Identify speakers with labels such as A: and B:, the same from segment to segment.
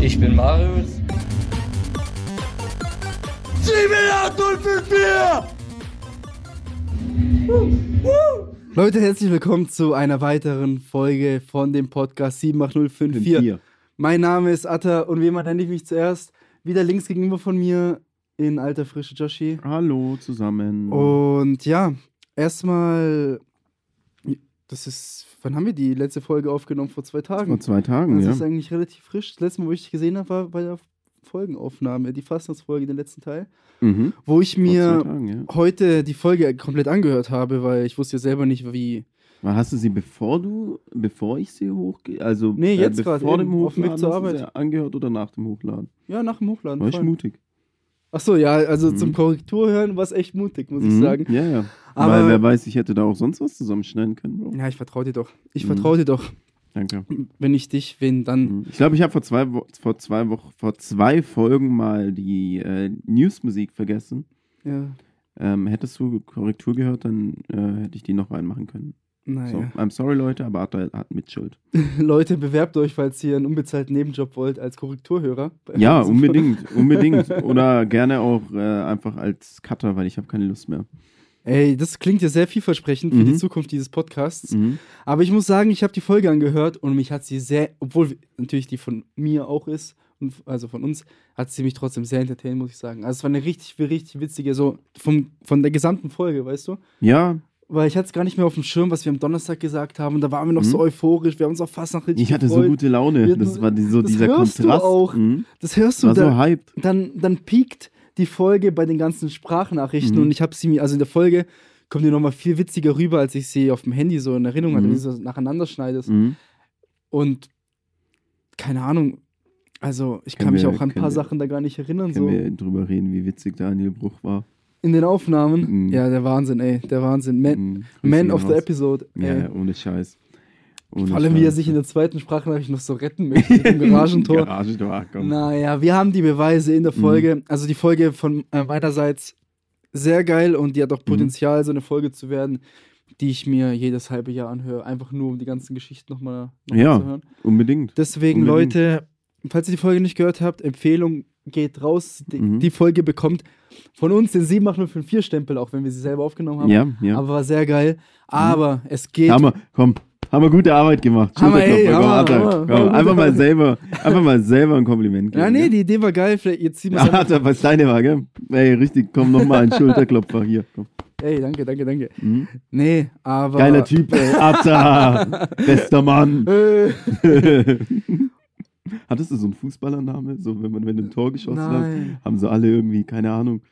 A: Ich bin Marius.
B: 78054!
C: Leute, herzlich willkommen zu einer weiteren Folge von dem Podcast 78054. Mein Name ist Atta und wie immer nenne ich mich zuerst. Wieder links gegenüber von mir in alter Frische Joshi.
D: Hallo zusammen.
C: Und ja, erstmal, das ist, wann haben wir die letzte Folge aufgenommen? Vor zwei Tagen.
D: Vor zwei Tagen,
C: das
D: ja.
C: ist eigentlich relativ frisch. Das letzte Mal, wo ich dich gesehen habe, war bei der Folgenaufnahme, die Fastnachtsfolge, den letzten Teil,
D: Mhm.
C: wo ich
D: Vor zwei
C: mir
D: Tagen, ja.
C: heute die Folge komplett angehört habe, weil ich wusste ja selber nicht, wie
D: War- Hast du sie bevor du, bevor ich sie hochge... Also
C: Nee, jetzt
D: bevor
C: gerade
D: dem
C: eben, auf dem
D: Hochladen
C: Weg zur
D: hast du sie
C: Arbeit.
D: angehört oder nach dem Hochladen?
C: Ja, nach dem Hochladen.
D: War ich
C: voll.
D: mutig.
C: Ach so, ja, also
D: Mhm.
C: zum Korrektur hören war es echt mutig, muss ich
D: Mhm.
C: sagen.
D: Ja, ja.
C: Aber-
D: Weil wer weiß, ich hätte da auch sonst was zusammenschneiden können, Bro.
C: Ja, ich vertraue dir doch. Ich
D: Mhm.
C: vertraue dir doch.
D: Danke.
C: Wenn ich dich, wen dann.
D: Mhm. Ich glaube, ich habe vor zwei, Wo vor zwei Wochen, vor zwei Folgen mal die äh, Newsmusik vergessen.
C: Ja,
D: Ähm, hättest du Korrektur gehört, dann äh, hätte ich die noch reinmachen können. So,
C: naja.
D: I'm sorry, Leute, aber Arthur hat Mitschuld.
C: Leute, bewerbt euch, falls ihr einen unbezahlten Nebenjob wollt, als Korrekturhörer.
D: Ja,
C: Also,
D: unbedingt, unbedingt. Oder gerne auch äh, einfach als Cutter, weil ich habe keine Lust mehr.
C: Ey, das klingt ja sehr vielversprechend für
D: Mhm.
C: die Zukunft dieses Podcasts. Aber ich muss sagen, ich habe die Folge angehört und mich hat sie sehr, obwohl natürlich die von mir auch ist, und f- also von uns, hat sie mich trotzdem sehr entertained, muss ich sagen. Also es war eine richtig, richtig witzige, so vom, von der gesamten Folge, weißt du?
D: Ja,
C: Weil ich hatte es gar nicht mehr auf dem Schirm, was wir am Donnerstag gesagt haben. Da waren wir noch
D: Mhm.
C: so euphorisch, wir haben uns auch fast nach richtig
D: ich hatte so
C: gefreut.
D: gute Laune.
C: Ja,
D: das
C: du-
D: war die, so
C: das
D: dieser
C: hörst du
D: Kontrast.
C: auch.
D: Mhm.
C: Das hörst du
D: War so
C: da,
D: hyped.
C: dann, dann piekt die Folge bei den ganzen Sprachnachrichten
D: Mhm.
C: und ich habe sie mir, also in der Folge kommt die nochmal viel witziger rüber, als ich sie auf dem Handy so in Erinnerung hatte,
D: Mhm.
C: wenn du sie so nacheinander schneidest.
D: Mhm.
C: Und keine Ahnung, also ich kann
D: Können
C: mich
D: wir-
C: auch an ein paar
D: können wir-
C: Sachen da gar nicht erinnern,
D: Können
C: so
D: wir drüber reden, wie witzig Daniel Bruch war.
C: in den Aufnahmen.
D: Mhm.
C: Ja, der Wahnsinn, ey, der Wahnsinn. Man,
D: Mhm. Grüße
C: Man
D: gehen
C: of the
D: raus.
C: Episode.
D: Ja,
C: ey.
D: ja, ohne Scheiß. Ohne
C: Vor allem, wie er sich in der zweiten Sprachnachricht noch so retten möchte mit dem Garagentor.
D: Garagentor, ach, komm.
C: Naja, wir haben die Beweise in der
D: Mhm.
C: Folge. Also die Folge von äh, meinerseits sehr geil und die hat
D: Mhm.
C: auch Potenzial, so eine Folge zu werden, die ich mir jedes halbe Jahr anhöre. Einfach nur, um die ganzen Geschichten nochmal noch mal zu
D: Ja,
C: hören.
D: unbedingt.
C: Deswegen,
D: Unbedingt.
C: Leute, falls ihr die Folge nicht gehört habt, Empfehlung geht raus. Die,
D: Mhm.
C: die Folge bekommt von uns den 78054-Stempel, auch wenn wir sie selber aufgenommen haben.
D: Ja, ja. Mhm.
C: Aber war sehr geil. Aber es geht.
D: Hammer, komm, haben wir gute Arbeit gemacht.
C: Hammer, ey,
D: Schulterklopfer, komm,
C: Hammer,
D: Arthur,
C: Hammer,
D: komm,
C: Hammer,
D: einfach
C: gute
D: mal
C: Arbeit.
D: selber, einfach mal selber ein Kompliment geben.
C: Ja, nee,
D: ja?
C: die Idee war geil. Vielleicht jetzt ziehen wir es
D: Ja, Alter, was deine war, gell? Ey, richtig, komm nochmal ein Schulterklopfer hier. Komm.
C: Ey, danke, danke, danke.
D: Mhm.
C: Nee, aber.
D: Geiler Typ, ey. Alter, bester Mann.
C: Äh,
D: Hattest du so einen Fußballername? So, wenn man wenn du ein Tor geschossen
C: Nein.
D: hast, haben so alle irgendwie, keine Ahnung,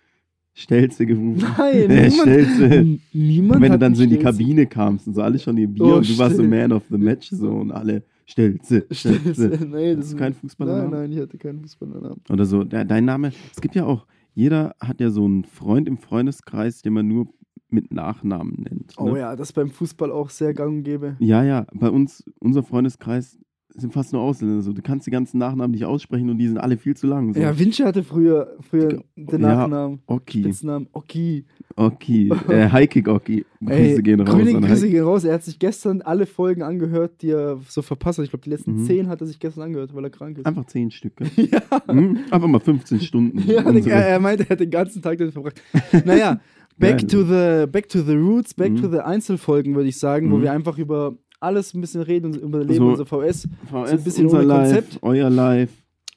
D: Stelze gerufen.
C: Nein,
D: äh,
C: niemand-
D: Stelze.
C: n- niemand.
D: Und wenn du
C: hat
D: dann so in die
C: gestellt.
D: Kabine kamst und so alle schon ihr Bier
C: Oh,
D: und du warst so
C: stimmt.
D: Man of the Match so und alle Stelze, Stelze.
C: Stimmt, nee, das
D: Hast du keinen Fußballernamen?
C: Nein, nein, ich hatte keinen Fußballernamen.
D: Oder so, der, dein Name, es gibt ja auch, jeder hat ja so einen Freund im Freundeskreis, den man nur mit Nachnamen nennt.
C: Oh
D: ne?
C: ja, das ist beim Fußball auch sehr gang und gäbe.
D: Ja, ja, bei uns, unser Freundeskreis sind fast nur Ausländer. So. Du kannst die ganzen Nachnamen nicht aussprechen und die sind alle viel zu lang. So.
C: Ja, Vinci hatte früher, früher den
D: Ja.
C: Nachnamen,
D: Oki,
C: Spitznamen Oki.
D: Oki, äh, Highkick Oki. Grüße
C: Ey,
D: gehen raus.
C: Grüne
D: an
C: Grüße
D: Highkick.
C: gehen raus. Er hat sich gestern alle Folgen angehört, die er so verpasst hat. Ich glaube, die letzten
D: Mhm.
C: zehn hat er sich gestern angehört, weil er krank ist.
D: Einfach zehn Stück. Gell?
C: ja,
D: Hm? Einfach mal 15 Stunden.
C: ja
D: unsere-
C: er, er meinte, er hat den ganzen Tag damit verbracht. Naja, back,
D: Geil.
C: to the, back to the roots, back
D: genau.
C: to
D: Mhm.
C: the Einzelfolgen, würde ich sagen, wo
D: Mhm. Also
C: wir einfach über alles ein bisschen reden, über Leben,
D: So.
C: unser VS.
D: VS,
C: so ein bisschen
D: unser
C: ohne
D: Live,
C: Konzept.
D: euer Live.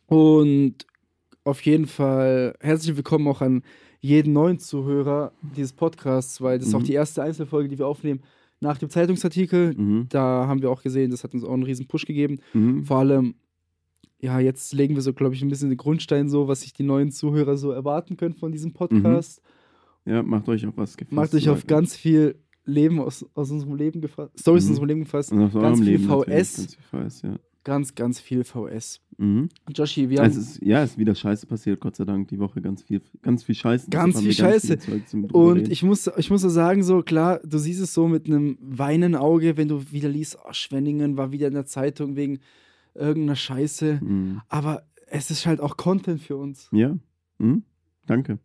C: Und auf jeden Fall herzlich willkommen auch an jeden neuen Zuhörer dieses Podcasts, weil das ist auch
D: Mhm.
C: die erste Einzelfolge, die wir aufnehmen nach dem Zeitungsartikel.
D: Mhm.
C: Da haben wir auch gesehen, das hat uns auch einen riesen Push gegeben.
D: Mhm.
C: Vor allem, ja, jetzt legen wir so, glaube ich, ein bisschen den Grundstein so, was sich die neuen Zuhörer so erwarten können von
D: Mhm.
C: diesem Podcast.
D: Ja, macht euch auf was gefasst.
C: Macht euch auf
D: Leute.
C: ganz viel Leben aus, aus unserem Leben gefasst, Stories aus
D: Mhm.
C: unserem Leben gefasst,
D: Und aus
C: ganz
D: eurem
C: viel
D: Leben natürlich,
C: VS.
D: Ganz viel VS, ja.
C: ganz, ganz viel VS.
D: Mhm.
C: Joshi, wir haben
D: Es ist, ja, es ist wieder Scheiße passiert, Gott sei Dank, die Woche ganz viel, ganz viel Scheiße.
C: Ganz
D: Deshalb
C: viel
D: haben wir
C: Scheiße.
D: viel Zeug zum drüber
C: Und
D: reden.
C: ich muss, ich muss so sagen, so klar, du siehst es so mit einem weinen Auge, wenn du wieder liest, oh, Schwenningen war wieder in der Zeitung wegen irgendeiner Scheiße.
D: Mhm.
C: Aber es ist halt auch Content für uns.
D: Ja. Mhm. Danke.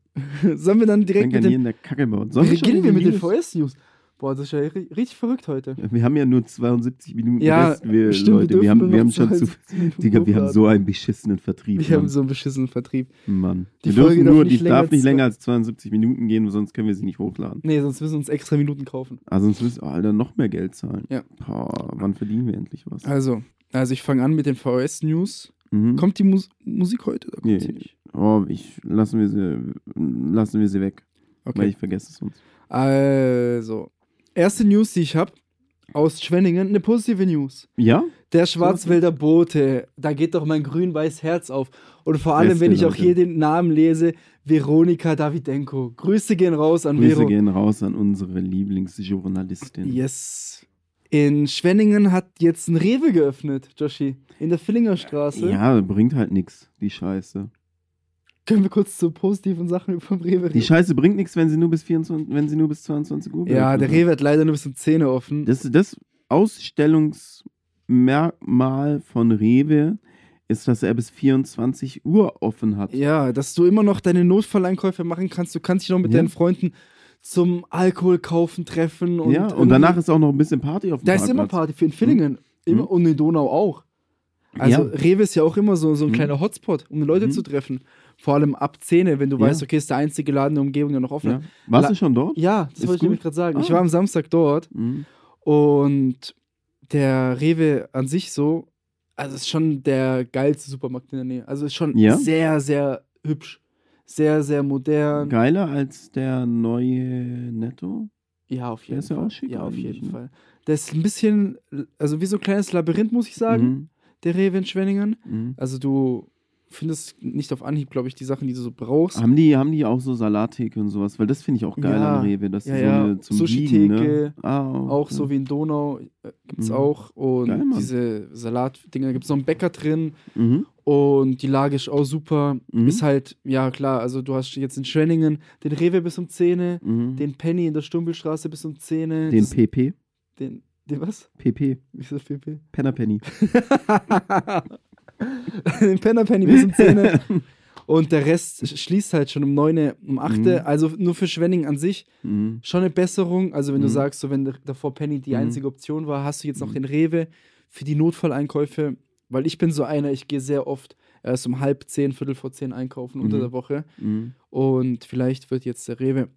C: Sollen wir dann direkt
D: Danke an
C: mit den.
D: jeden, der Kacke baut. Sollen wir schon
C: Beginnen wir
D: in
C: mit
D: die
C: den
D: News?
C: VS-News? Boah, das ist ja ri- richtig verrückt heute.
D: Wir haben ja nur 72 Minuten.
C: Ja,
D: Rest, wir,
C: Stimmt,
D: Leute, wir,
C: dürfen
D: haben,
C: nur
D: wir haben
C: noch
D: schon zu.
C: 72 Minuten
D: Digga, wir haben
C: hochladen.
D: so einen beschissenen Vertrieb.
C: Wir haben
D: Mann.
C: so einen beschissenen Vertrieb.
D: Mann.
C: Die
D: wir
C: Folge
D: dürfen
C: darf
D: nur,
C: nicht
D: die
C: länger
D: darf
C: als
D: nicht
C: zwei-
D: länger als 72 Minuten gehen, sonst können wir sie nicht hochladen.
C: Nee, sonst müssen wir uns extra Minuten kaufen.
D: Also sonst müssen wir, Alter, noch mehr Geld zahlen.
C: Ja.
D: Boah, wann verdienen wir endlich was?
C: Also, also ich fange an mit den VS-News.
D: Mhm.
C: Kommt die Mus Musik heute? Oder kommt
D: Nee.
C: sie nicht?
D: Oh, ich, lassen, wir sie, lassen wir sie weg, weil
C: Okay.
D: ich vergesse es sonst.
C: Also, erste News, die ich habe aus Schwenningen, eine positive News.
D: Ja?
C: Der Schwarzwälder Bote, da geht doch mein grün-weiß Herz auf. Und vor allem,
D: Beste
C: wenn ich auch
D: Leute.
C: hier den Namen lese, Veronika Davidenko. Grüße gehen raus an
D: Grüße
C: Vero.
D: gehen raus an unsere Lieblingsjournalistin.
C: Yes. In Schwenningen hat jetzt ein Rewe geöffnet, Joshi. In der Fillingerstraße.
D: Ja, bringt halt nichts, die Scheiße.
C: Können wir kurz zu positiven Sachen über den Rewe
D: Die
C: reden?
D: Scheiße bringt nichts, wenn sie nur bis 24, wenn sie nur bis 22 Uhr
C: Ja,
D: geöffnet
C: der
D: hat.
C: Rewe hat leider nur bis um 10 Uhr offen.
D: Das, das Ausstellungsmerkmal von Rewe ist, dass er bis 24 Uhr offen hat.
C: Ja, dass du immer noch deine Notfalleinkäufe machen kannst. Du kannst dich noch mit
D: Ja.
C: deinen Freunden zum Alkohol kaufen, treffen. Und,
D: Ja, und danach ist auch noch ein bisschen Party auf dem
C: Da ist immer
D: Parkplatz.
C: Party für in Villingen. Immer,
D: Mhm.
C: Und in Donau auch. Also
D: Ja.
C: Rewe ist ja auch immer so, so ein
D: Mhm.
C: kleiner Hotspot, um Leute
D: Mhm.
C: zu treffen. Vor allem ab 10, wenn du
D: Ja.
C: weißt, okay, ist der einzige Laden der Umgebung, der noch offen
D: Ja.
C: hat.
D: Warst
C: La-
D: du schon dort?
C: Ja, das
D: Ist
C: wollte ich
D: gut.
C: nämlich gerade sagen. Ich
D: Ah.
C: war am Samstag dort
D: Mhm.
C: und der Rewe an sich so, also ist schon der geilste Supermarkt in der Nähe. Also ist schon
D: Ja.
C: sehr, sehr hübsch. Sehr, sehr modern.
D: Geiler als der neue Netto.
C: Ja, auf
D: Der
C: jeden
D: ist ja
C: Fall.
D: auch schick
C: ja, auf
D: eigentlich,
C: jeden
D: ne?
C: Fall. Der ist ein bisschen, also wie so ein kleines Labyrinth, muss ich sagen,
D: Mhm.
C: der Rewe in Schwenningen.
D: Mhm.
C: Also du findest nicht auf Anhieb, glaube ich, die Sachen, die du so brauchst.
D: Haben die, haben die auch so Salattheke und sowas? Weil das finde ich auch geil
C: Ja.
D: an Rewe, dass
C: Ja,
D: die so
C: ja.
D: eine zum
C: Sushi-Theke,
D: Liegen, ne? ah,
C: Auch so
D: ja.
C: wie in Donau äh, gibt es
D: Mhm.
C: auch. Und
D: Geil, Mann.
C: diese Salatdinger, da gibt es noch einen Bäcker drin.
D: Mhm.
C: Und die Lage ist auch super.
D: Mhm.
C: Ist halt, ja klar, also du hast jetzt in Schwenningen den Rewe bis um 10,
D: Mhm. Den,
C: den Penny in der Stumpelstraße bis um 10. das-
D: PP.
C: den, den was?
D: PP.
C: Wieso PP?
D: Penner Penny.
C: den Penner Penny bis um 10. Und der Rest sch- schließt halt schon um 9, um 8.
D: Mhm.
C: Also nur für Schwenningen an sich
D: mhm.
C: schon eine Besserung. Also wenn du
D: Mhm.
C: sagst, so wenn d- davor Penny die
D: Mhm.
C: einzige Option war, hast du jetzt noch
D: Mhm.
C: den Rewe für die Notfalleinkäufe. Weil ich bin so einer, ich gehe sehr oft erst um halb zehn, viertel vor zehn einkaufen unter
D: Mhm.
C: der Woche.
D: Mhm.
C: Und vielleicht wird jetzt der Rewe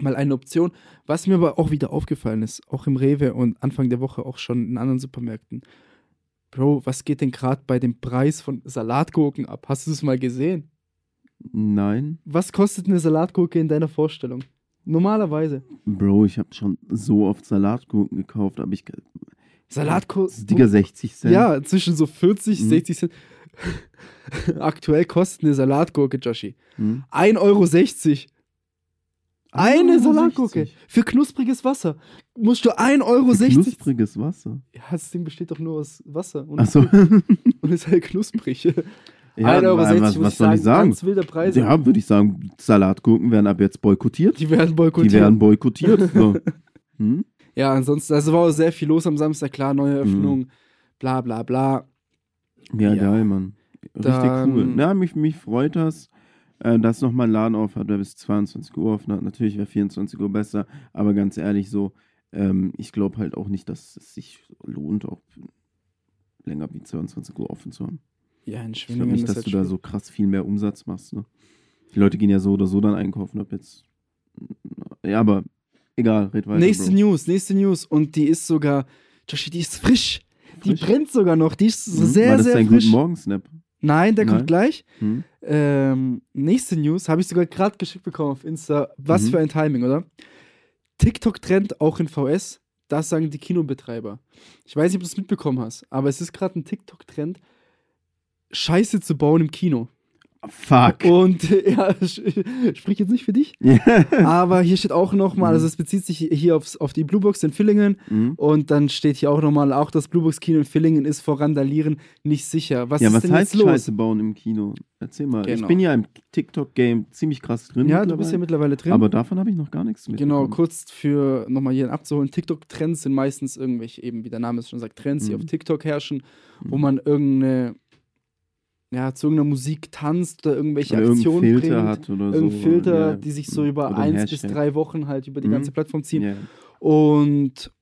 C: mal eine Option. Was mir aber auch wieder aufgefallen ist, auch im Rewe und Anfang der Woche auch schon in anderen Supermärkten. Bro, was geht denn gerade bei dem Preis von Salatgurken ab? Hast du es mal gesehen?
D: Nein.
C: Was kostet eine Salatgurke in deiner Vorstellung? Normalerweise.
D: Bro, ich habe schon so oft Salatgurken gekauft, aber ich. Das
C: Salatgurke.
D: ist Digga 60 Cent.
C: Ja, zwischen so 40,
D: Mhm.
C: 60 Cent. Aktuell kostet eine Salatgurke, Joshi,
D: Mhm. Ah,
C: 1,60 Euro. Eine
D: 1,60.
C: Salatgurke für knuspriges Wasser. Musst du 1,60 Euro.
D: Für Knuspriges Wasser.
C: Ja, das Ding besteht doch nur aus Wasser und,
D: Achso.
C: und ist halt knusprig.
D: Ja,
C: 1,60 Euro,
D: was,
C: muss
D: was soll ich sagen?
C: Ganz wilde Preise.
D: Ja, würde ich sagen, Salatgurken werden ab jetzt boykottiert.
C: Die werden
D: Die
C: boykottiert.
D: werden boykottiert. So. Hm?
C: Ja, ansonsten, also war auch sehr viel los am Samstag. Klar,
D: Mhm.
C: neue Öffnung, bla bla bla.
D: Ja,
C: Ja.
D: geil, Mann. Richtig
C: Dann-
D: cool. Na, mich, mich freut das, äh, dass nochmal ein Laden auf hat, der bis 22 Uhr offen hat. Natürlich wäre 24 Uhr besser, aber ganz ehrlich, so, ähm, ich glaube halt auch nicht, dass es sich lohnt, auch länger wie 22 Uhr offen zu haben.
C: Ja, in
D: Ich glaube
C: Schwenningen
D: nicht,
C: ist
D: dass
C: halt
D: du da
C: schwierig.
D: so krass viel mehr Umsatz machst. Ne? Die Leute gehen ja so oder so dann einkaufen, ob jetzt. Ja, aber egal, red weiter.
C: Nächste
D: Bro.
C: News, nächste News. Und die ist sogar, Joshi, die ist frisch. Die
D: Frisch.
C: brennt sogar noch. Die ist so
D: Mhm.
C: sehr,
D: War das
C: sehr
D: dein
C: frisch.
D: Guten Morgen-Snap?
C: Nein, der kommt
D: Nein.
C: gleich.
D: Hm?
C: Ähm, nächste News habe ich sogar gerade geschickt bekommen auf Insta. Was
D: Mhm.
C: für ein Timing, oder? TikTok-Trend auch in VS. Das sagen die Kinobetreiber. Ich weiß nicht, ob du es mitbekommen hast, aber es ist gerade ein TikTok-Trend, Scheiße zu bauen im Kino.
D: Fuck.
C: Und äh, ja, sch- sprich jetzt nicht für dich. Aber hier steht auch nochmal,
D: Mhm.
C: also es bezieht sich hier aufs, auf die Bluebox in Villingen.
D: Mhm.
C: Und dann steht hier auch nochmal, auch das Bluebox-Kino in Villingen ist vor Randalieren nicht sicher. Was
D: ja,
C: ist
D: was
C: denn
D: heißt
C: jetzt los?
D: Scheiße bauen im Kino? Erzähl mal. Ich
C: Genau.
D: bin ja im TikTok-Game ziemlich krass drin.
C: Ja, du bist ja mittlerweile drin.
D: Aber davon habe ich noch gar nichts mit.
C: Genau, kurz für nochmal jeden abzuholen. TikTok-Trends sind meistens irgendwelche, eben wie der Name es schon sagt, Trends, die
D: Mhm.
C: auf TikTok herrschen, wo
D: Mhm.
C: man irgendeine, ja, zu irgendeiner Musik tanzt oder irgendwelche
D: Oder irgendeinen
C: Aktionen
D: Filter
C: bringt.
D: hat oder so.
C: irgendein Filter,
D: ja. Mhm.
C: die sich so über
D: Oder ein
C: eins bis
D: Hashtag.
C: drei Wochen halt über die
D: Mhm.
C: ganze Plattform ziehen.
D: Ja.
C: Und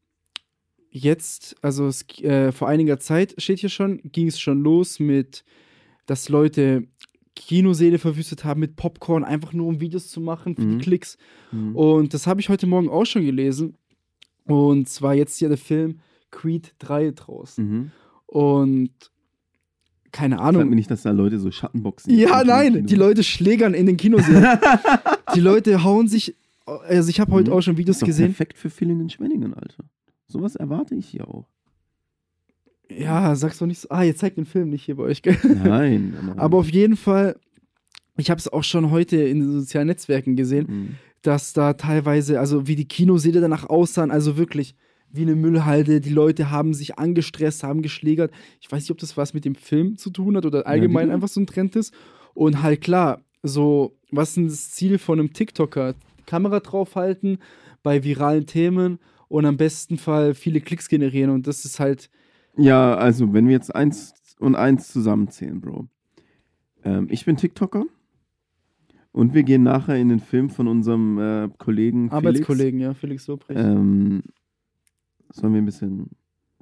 C: jetzt, also es, äh, vor einiger Zeit steht hier schon, ging es schon los mit, dass Leute Kinoseele verwüstet haben mit Popcorn, einfach nur um Videos zu machen für
D: Mhm.
C: die Klicks.
D: Mhm.
C: Und das habe ich heute Morgen auch schon gelesen. Und zwar jetzt hier der Film Creed 3 draußen.
D: Mhm.
C: Und keine
D: Sag mir
C: Ahnung.
D: nicht, dass da Leute so Schattenboxen
C: Ja,
D: im
C: nein,
D: Kino-
C: die Leute schlägern in den Kinosälen. die Leute hauen sich. Also, ich habe heute
D: Mhm.
C: auch schon Videos
D: Ist doch
C: gesehen.
D: perfekt für Villingen in Schwenningen, Alter. Sowas erwarte ich hier auch.
C: Ja, sag's doch nicht so. Ah, ihr zeigt den Film nicht hier bei euch, gell?
D: Nein. nein.
C: Aber auf jeden Fall, ich habe es auch schon heute in den sozialen Netzwerken gesehen,
D: Mhm.
C: dass da teilweise, also wie die Kinoseele danach aussahen, also wirklich wie eine Müllhalde. Die Leute haben sich angestresst, haben geschlägert. Ich weiß nicht, ob das was mit dem Film zu tun hat oder allgemein
D: Digga.
C: einfach so ein Trend ist. Und halt klar, so, was ist denn das Ziel von einem TikToker? Kamera draufhalten bei viralen Themen und am besten Fall viele Klicks generieren. Und das ist halt,
D: Ja, also wenn wir jetzt eins und eins zusammenzählen, Bro. Ähm, ich bin TikToker und wir gehen nachher in den Film von unserem äh, Kollegen Felix.
C: Arbeitskollegen, ja, Felix Lobrecht.
D: Ähm, sollen wir ein bisschen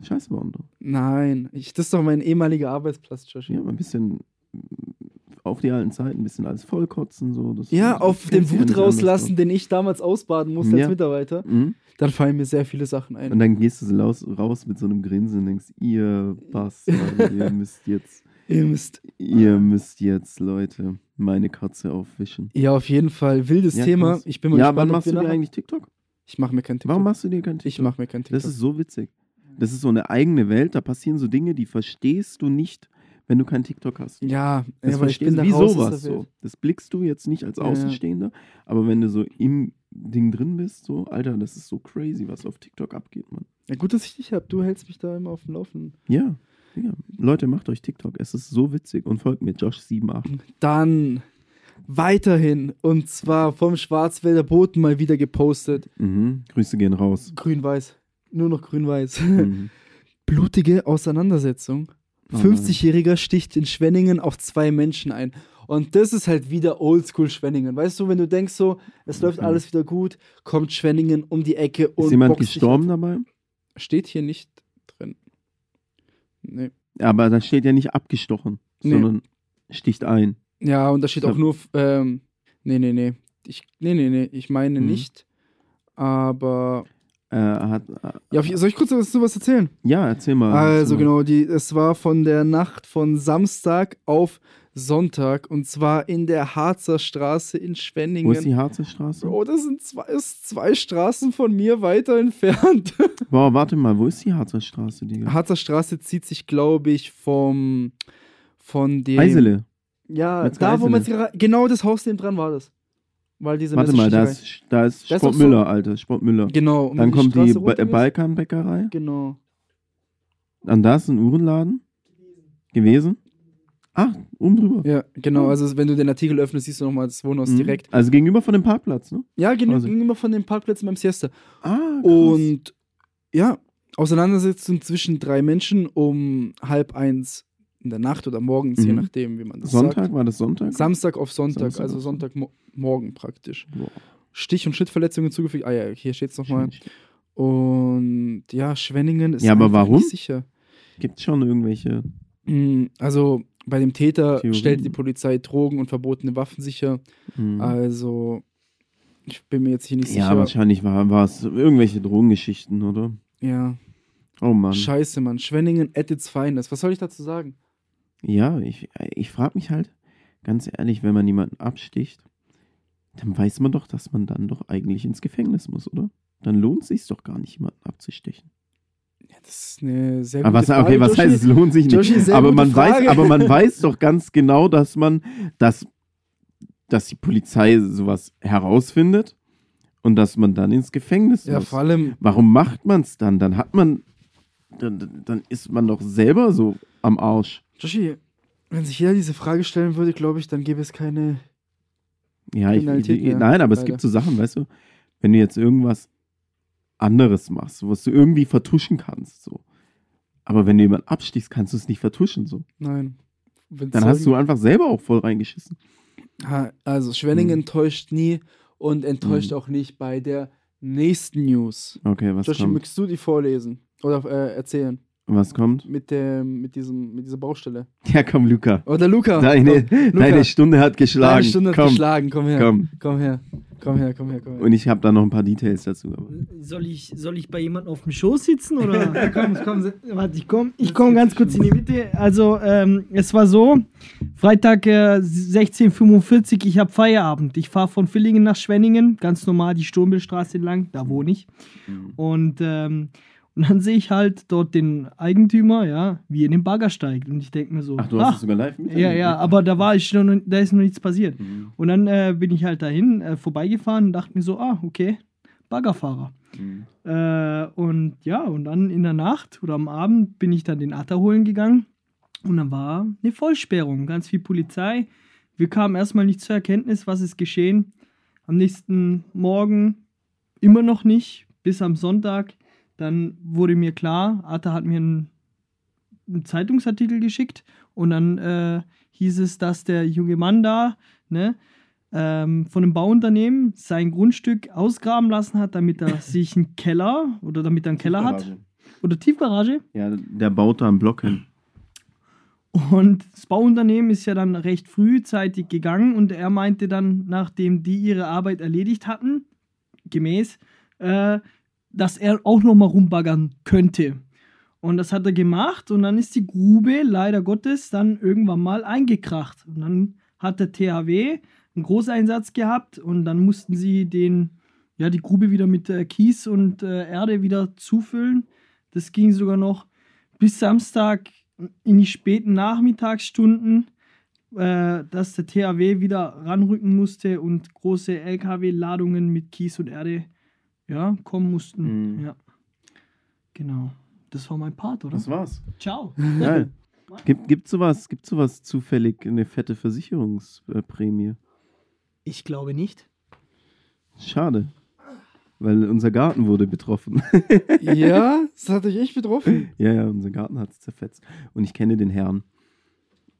D: Scheiße bauen, Bro?
C: Nein, ich, das ist doch mein ehemaliger Arbeitsplatz, Josh.
D: Ja, mal ein bisschen mm, auf die alten Zeiten, ein bisschen alles vollkotzen, so. Das,
C: Ja,
D: das
C: auf
D: kennt
C: den
D: sich ja
C: Wut
D: nicht anders,
C: rauslassen, den ich damals ausbaden musste
D: Ja.
C: als Mitarbeiter,
D: Bro. Mhm.
C: dann fallen mir sehr viele Sachen ein.
D: Und dann gehst du so raus, raus mit so einem Grinsen und denkst, ihr Bastarde, ihr müsst jetzt,
C: Ihr müsst.
D: ihr müsst jetzt, Leute, meine Katze aufwischen.
C: Ja, auf jeden Fall. Wildes
D: Ja,
C: Thema.
D: krass.
C: Ich bin mal
D: ja,
C: gespannt,
D: wann
C: ob
D: machst du
C: wir
D: dir
C: nachher-
D: eigentlich TikTok?
C: Ich mache mir kein TikTok.
D: Warum machst du dir kein TikTok?
C: ich mache mir kein TikTok.
D: Das ist so witzig. Das ist so eine eigene Welt, da passieren so Dinge, die verstehst du nicht, wenn du kein TikTok hast.
C: ja,
D: Das
C: ja, aber ich
D: verstehst
C: bin
D: du
C: da
D: wie
C: raus,
D: sowas
C: aus der
D: so.
C: Welt.
D: Das blickst du jetzt nicht als
C: Ja, ja.
D: Außenstehender, aber wenn du so im Ding drin bist, so, Alter, das ist so crazy, was auf TikTok abgeht, Mann.
C: Ja, gut, dass ich dich hab. Du hältst mich da immer auf dem Laufen.
D: Ja, ja. Leute, macht euch TikTok. Es ist so witzig und folgt mir Josh78.
C: Mhm. Dann weiterhin. Und zwar vom Schwarzwälder Boten mal wieder gepostet.
D: Mhm. Grüße gehen raus.
C: Grün-Weiß. Nur noch grün-weiß.
D: Mhm.
C: Blutige Auseinandersetzung.
D: Oh nein.
C: 50-Jähriger sticht in Schwenningen auf zwei Menschen ein. Und das ist halt wieder Oldschool Schwenningen. Weißt du, wenn du denkst so, es läuft
D: Mhm.
C: alles wieder gut, kommt Schwenningen um die Ecke und
D: Ist jemand
C: boxt dich
D: gestorben dabei?
C: ab. Steht hier nicht drin. Nee.
D: Aber da steht ja nicht abgestochen,
C: Nee.
D: sondern sticht ein.
C: Ja, und da steht
D: Ja.
C: auch nur, ähm, nee, nee, nee. Ich, nee, nee, nee, ich meine
D: Mhm.
C: nicht. Aber.
D: Äh, hat, äh,
C: Ja, soll ich kurz was erzählen?
D: ja, erzähl mal.
C: Also
D: erzähl mal.
C: genau, die, es war von der Nacht von Samstag auf Sonntag und zwar in der Harzer Straße in Schwenningen.
D: Wo ist die Harzer Straße?
C: Bro, das sind zwei, ist zwei Straßen von mir weiter entfernt.
D: Wow, warte mal, wo ist die Harzer Straße, Digga?
C: Harzer Straße zieht sich, glaube ich, vom von dem.
D: Eisele.
C: Ja,
D: Metzger
C: da wo
D: Eisele.
C: man genau das Haus neben dran war das. Weil diese
D: Warte mal, da
C: Messerstecherei-
D: ist, da ist
C: Da ist doch
D: Sportmüller, Alter, Sportmüller.
C: Genau. und wenn
D: Dann kommt die
C: Straße
D: ba
C: runter
D: äh,
C: geht-
D: Balkanbäckerei.
C: Genau.
D: Dann da ist ein Uhrenladen. Gewesen? Ach, oben drüber.
C: Ja, genau. Also wenn du den Artikel öffnest, siehst du nochmal das Wohnhaus
D: Mhm.
C: direkt.
D: Also gegenüber von dem Parkplatz, ne?
C: Ja, genau,
D: Quasi.
C: gegenüber von dem Parkplatz beim Siesta.
D: Ah, krass.
C: Und ja, Auseinandersetzung zwischen drei Menschen um halb eins in der Nacht oder morgens, je
D: Mhm.
C: nachdem, wie man das
D: Sonntag,
C: sagt.
D: war das Sonntag?
C: Samstag auf Sonntag,
D: Samstag
C: also
D: auf Sonntag.
C: Sonntagmorgen praktisch.
D: Boah,
C: Stich- und Schnittverletzungen zugefügt. Ah ja, hier steht es nochmal.
D: schön.
C: Und ja, Schwenningen ist
D: Ja, aber
C: einfach
D: warum?
C: nicht sicher.
D: Gibt schon irgendwelche.
C: Mm, Also bei dem Täter
D: Theorien.
C: stellt die Polizei Drogen und verbotene Waffen sicher.
D: Mhm. Also,
C: Also ich bin mir jetzt hier nicht
D: ja,
C: sicher.
D: wahrscheinlich war es irgendwelche Drogengeschichten, oder?
C: Ja,
D: Oh Mann.
C: scheiße, Mann. Schwenningen at its finest. Was soll ich dazu sagen?
D: Ja, ich, ich frage mich halt, ganz ehrlich, wenn man jemanden absticht, dann weiß man doch, dass man dann doch eigentlich ins Gefängnis muss, oder? Dann lohnt sich's doch gar nicht, jemanden abzustechen.
C: Ja, das ist eine sehr
D: Aber
C: gute
D: was,
C: Frage.
D: okay, was
C: Joshi.
D: heißt, es lohnt sich nicht?
C: Joshi, sehr
D: Aber
C: gute
D: man, weiß,
C: Frage.
D: aber man weiß doch ganz genau, dass man, dass, dass die Polizei sowas herausfindet und dass man dann ins Gefängnis
C: Ja,
D: muss.
C: vor allem,
D: Warum macht man's dann? Dann hat man, dann, dann ist man doch selber so am Arsch.
C: Joshi, wenn sich jeder diese Frage stellen würde, glaube ich, dann gäbe es keine.
D: Ja, ich, ich,
C: Kriminalität mehr,
D: nein, aber es
C: leider.
D: gibt so Sachen, weißt du, wenn du jetzt irgendwas anderes machst, was du irgendwie vertuschen kannst, so. Aber wenn du jemanden abstichst, kannst du es nicht vertuschen, so.
C: Nein. Wenn's
D: Dann hast du einfach selber auch voll reingeschissen.
C: Ha, also, Schwenningen
D: Hm.
C: täuscht nie und enttäuscht
D: Hm.
C: auch nicht bei der Nächsten News.
D: Okay, was
C: Joshi,
D: kommt?
C: möchtest du die vorlesen? Oder äh, erzählen?
D: Was kommt?
C: Mit, dem, mit, diesem, mit dieser Baustelle.
D: Ja, komm, Luca.
C: Oder Luca.
D: Deine,
C: Oh, komm, Luca.
D: deine Stunde hat geschlagen.
C: Deine Stunde hat
D: komm,
C: geschlagen. Komm her. Komm.
D: komm.
C: her. Komm her, komm her, komm her.
D: Und ich habe da noch ein paar Details dazu. Aber.
A: Soll ich, soll ich bei jemandem auf dem Schoß sitzen? Oder? komm, komm, se- warte, ich komme ich komm ganz kurz in die Mitte. Also, ähm, es war so: Freitag äh, 16.45 Uhr, ich habe Feierabend. Ich fahre von Villingen nach Schwenningen, ganz normal die Sturmbildstraße lang, da wohne ich.
C: Oh.
A: Und, ähm, und dann sehe ich halt dort den Eigentümer, ja, wie er in den Bagger steigt. Und ich denke mir so:
D: Ach, du hast
A: "Ah,
D: es sogar live ne? Mhm. mit?
A: Ja, ja, aber da war ich noch, da ist noch nichts passiert. Und dann äh, bin ich halt dahin äh, vorbeigefahren und dachte mir so, ah, okay, Baggerfahrer.
D: Mhm.
A: Äh, und ja, und dann in der Nacht oder am Abend bin ich dann den Atta holen gegangen und dann war eine Vollsperrung, ganz viel Polizei. Wir kamen erstmal nicht zur Erkenntnis, was ist geschehen. Am nächsten Morgen immer noch nicht, bis am Sonntag. Dann wurde mir klar, Atta hat mir einen, einen Zeitungsartikel geschickt und dann äh, hieß es, dass der junge Mann da, ne, ähm, von einem Bauunternehmen sein Grundstück ausgraben lassen hat, damit er sich einen Keller oder damit er einen Keller hat oder Tiefgarage.
D: Ja, der baut da einen Block hin.
A: Und das Bauunternehmen ist ja dann recht frühzeitig gegangen und er meinte dann, nachdem die ihre Arbeit erledigt hatten, gemäß, äh, dass er auch nochmal rumbaggern könnte. Und das hat er gemacht und dann ist die Grube leider Gottes dann irgendwann mal eingekracht. Und dann hat der THW einen Großeinsatz gehabt und dann mussten sie den, ja, die Grube wieder mit äh, Kies und äh, Erde wieder zufüllen. Das ging sogar noch bis Samstag in die späten Nachmittagsstunden, äh, dass der THW wieder ranrücken musste und große LKW-Ladungen mit Kies und Erde ja, kommen mussten.
D: Mhm.
A: Ja. Genau. Das war mein Part, oder?
D: Das war's.
A: Ciao.
D: Geil. Gibt, gibt sowas, gibt sowas zufällig eine fette Versicherungsprämie?
A: Ich glaube nicht.
D: Schade. Weil unser Garten wurde betroffen.
C: Ja, das hat dich echt betroffen.
D: ja, ja, unser Garten hat es zerfetzt. Und ich kenne den Herrn.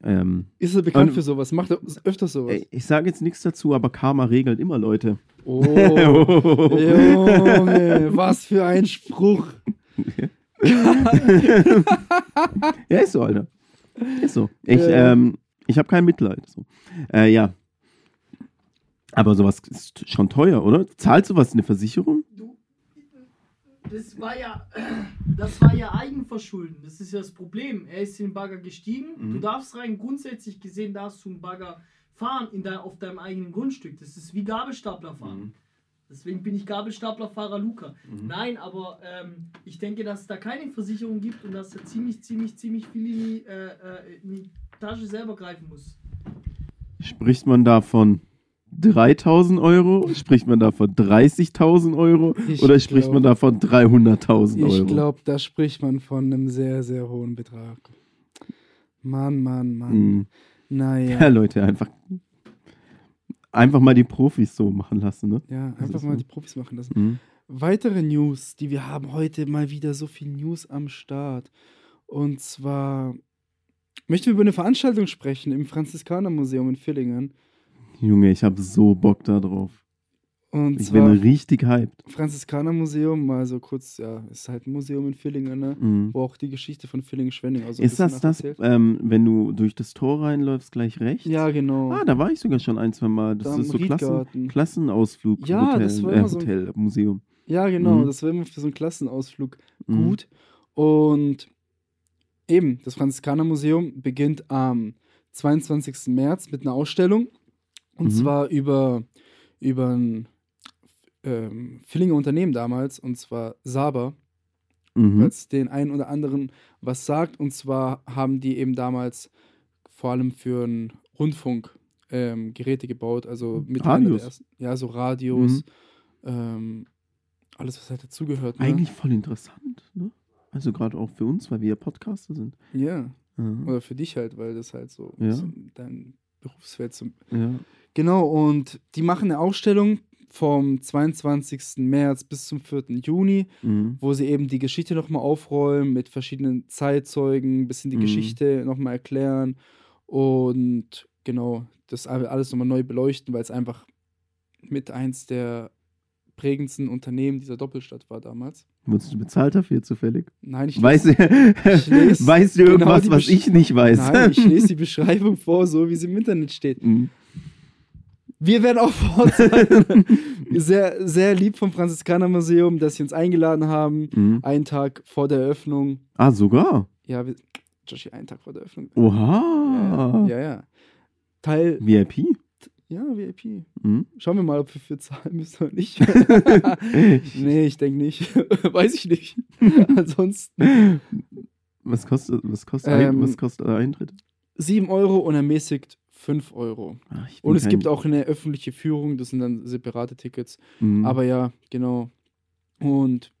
D: Ähm,
C: Ist er bekannt
D: Und-
C: für sowas? Macht er öfter sowas?
D: ey, ich sage jetzt nichts dazu, aber Karma regelt immer Leute.
C: Oh. Junge, was für ein Spruch.
D: Ja, ist so, Alter. Ist so. Ich,
C: Ja.
D: ähm, ich habe kein Mitleid. So. Äh, ja. Aber sowas ist schon teuer, oder? Zahlt sowas eine Versicherung?
A: Das war ja, das war ja Eigenverschulden. Das ist ja das Problem. Er ist in den Bagger gestiegen.
D: Mhm.
A: Du darfst rein grundsätzlich gesehen darfst du einen Bagger fahren in dein, auf deinem eigenen Grundstück. Das ist wie Gabelstapler fahren.
D: Mhm.
A: Deswegen bin ich Gabelstaplerfahrer Luca. Nein, aber ähm, ich denke, dass es da keine Versicherung gibt und dass er ziemlich, ziemlich, ziemlich viel in die, äh, äh, in die Tasche selber greifen muss.
D: Spricht man da von 3000 Euro? Spricht man da von 30.000 Euro?
C: Ich
D: oder spricht man da von 300.000 Euro?
C: Ich glaube, da spricht man von einem sehr, sehr hohen Betrag. Mann, Mann, Mann.
D: Hm. Ja,
C: Naja.
D: Leute, einfach, einfach mal die Profis so machen lassen, ne?
C: Ja,
D: Das
C: einfach
D: ist
C: mal
D: so.
C: die Profis machen lassen.
D: Mhm.
C: Weitere News, die wir haben heute mal wieder so viel News am Start. Und zwar möchten wir über eine Veranstaltung sprechen im Franziskanermuseum in Villingen.
D: Junge, ich habe so Bock da drauf.
C: Und
D: Ich bin
C: zwar
D: richtig hyped.
C: Franziskanermuseum, mal so kurz, ja, ist halt ein Museum in Villingen, ne?
D: Mhm.
C: Wo auch die Geschichte von Villingen-Schwenning also
D: ist das das, ähm, wenn du durch das Tor reinläufst, gleich rechts?
C: Ja, genau.
D: Ah, da war ich sogar schon ein, zwei Mal. Das
C: Da am
D: ist so Klassen,
C: Riedgarten.
D: Klassenausflug.
C: Ja,
D: Hotel,
C: das war
D: äh,
C: immer so ein-
D: Hotel, Museum.
C: Ja, genau.
D: Mhm.
C: Das war immer für so einen Klassenausflug
D: Mhm.
C: gut. Und eben, das Franziskanermuseum beginnt am 22. März mit einer Ausstellung. Und
D: Mhm.
C: zwar über, über ein ähm, Villinger Unternehmen damals, und zwar Saber,
D: Mhm.
C: falls den einen oder anderen was sagt. Und zwar haben die eben damals vor allem für einen Rundfunk ähm, Geräte gebaut, also mit einer
D: Mhm. Radios.
C: der ersten, ja, so Radios,
D: Mhm.
C: ähm, alles, was halt dazugehört. Ne?
D: Eigentlich voll interessant, ne? Also gerade auch für uns, weil wir ja Podcaster sind.
C: Ja.
D: Ja.
C: Oder für dich halt, weil das halt so
D: Ja.
C: so dein Berufsfeld zum.
D: ja.
C: Genau, und die machen eine Ausstellung vom 22. März bis zum 4. Juni,
D: Mhm.
C: wo sie eben die Geschichte nochmal aufräumen mit verschiedenen Zeitzeugen, bisschen die
D: Mhm.
C: Geschichte nochmal erklären und genau, das alles nochmal neu beleuchten, weil es einfach mit eins der prägendsten Unternehmen dieser Doppelstadt war damals.
D: Wurdest du bezahlt dafür zufällig?
C: Nein, ich
D: Weißt du,
C: lese
D: weißt du
C: genau
D: irgendwas,
C: die
D: was
C: Besch-
D: ich nicht weiß?
C: Nein, ich lese die Beschreibung vor, so wie sie im Internet steht.
D: Mhm.
C: Wir werden auch vor Ort sein. sehr, sehr lieb vom Franziskanermuseum, dass sie uns eingeladen haben.
D: Mhm.
C: Einen Tag vor der Eröffnung.
D: Ah, sogar?
C: Ja, wir, Joshi, einen Tag vor der Eröffnung.
D: Oha. Ah.
C: Ja, ja, ja. Teil,
D: Hm. VIP?
C: ja, VIP.
D: Mhm.
C: Schauen wir mal, ob wir für zahlen müssen oder nicht.
D: Ich-
C: nee, ich denke nicht. Weiß ich nicht. Ansonsten
D: was, kostet, was, kostet ein-
C: Ähm,
D: was kostet der Eintritt?
C: 7 Euro und ermäßigt 5 Euro.
D: Ach, ich bin
C: Und es
D: kein-
C: gibt auch eine öffentliche Führung, das sind dann separate Tickets.
D: Mhm.
C: Aber ja, genau. Und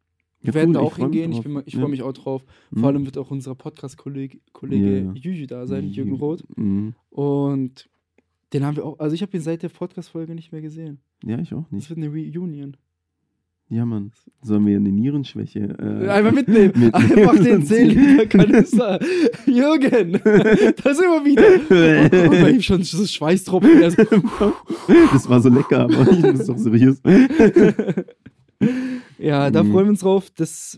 C: wir
D: Ja,
C: werden
D: cool,
C: da
D: ich
C: auch
D: freu mich
C: hingehen. Ich,
D: drauf.
C: bin mal- ich
D: Ja.
C: freue mich auch drauf.
D: Mhm.
C: Vor allem wird auch unser Podcast-Kollege Kollege
D: Ja, ja.
C: Juju da sein, Jürgen
D: Mhm.
C: Roth.
D: Mhm.
C: Und den haben wir auch, also ich habe ihn seit der Podcast-Folge nicht mehr gesehen.
D: Ja, ich auch
C: Das
D: nicht.
C: wird eine Reunion.
D: Ja, Mann. Sollen wir eine Nierenschwäche? Äh,
C: Einfach mitnehmen.
D: mit-
C: Einfach den 10 Liter Kanister. Jürgen, das immer wieder. Und bei ihm schon so Schweißtropfen. Er so,
D: das war so lecker, aber ich bin doch seriös.
C: ja, da
D: Mhm.
C: freuen wir uns drauf. Das,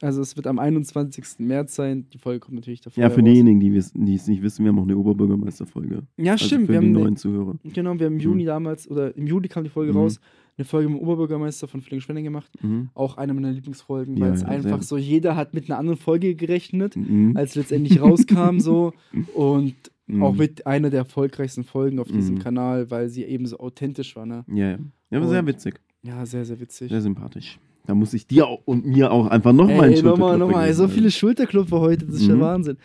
C: also es wird am 21. März sein. Die Folge kommt natürlich davor.
D: Ja, für diejenigen, die es die es nicht wissen, wir haben auch eine Oberbürgermeisterfolge.
C: Ja,
D: Also
C: stimmt.
D: Für
C: wir
D: die
C: haben eine-
D: neuen Zuhörer.
C: Genau, wir haben im
D: Mhm.
C: Juni damals, oder im Juli kam die Folge
D: Mhm.
C: raus, eine Folge mit dem Oberbürgermeister von Fling Spending gemacht.
D: Mhm.
C: Auch eine meiner Lieblingsfolgen,
D: Ja,
C: weil es
D: ja,
C: einfach so,
D: sehr.
C: jeder hat mit einer anderen Folge gerechnet,
D: Mhm.
C: als letztendlich rauskam so. Und
D: Mhm.
C: Also auch mit einer der erfolgreichsten Folgen auf diesem
D: Mhm.
C: Kanal, weil sie eben so authentisch war, ne?
D: Ja, ja. Ja, aber sehr
C: Und-
D: witzig.
C: Ja, sehr, sehr witzig.
D: Sehr sympathisch. Da muss ich dir auch und mir auch einfach nochmal einen
C: Ey,
D: Schritt
C: nochmal, nochmal, so viele Schulterklopfer heute, das ist ja
D: Mhm.
C: Wahnsinn.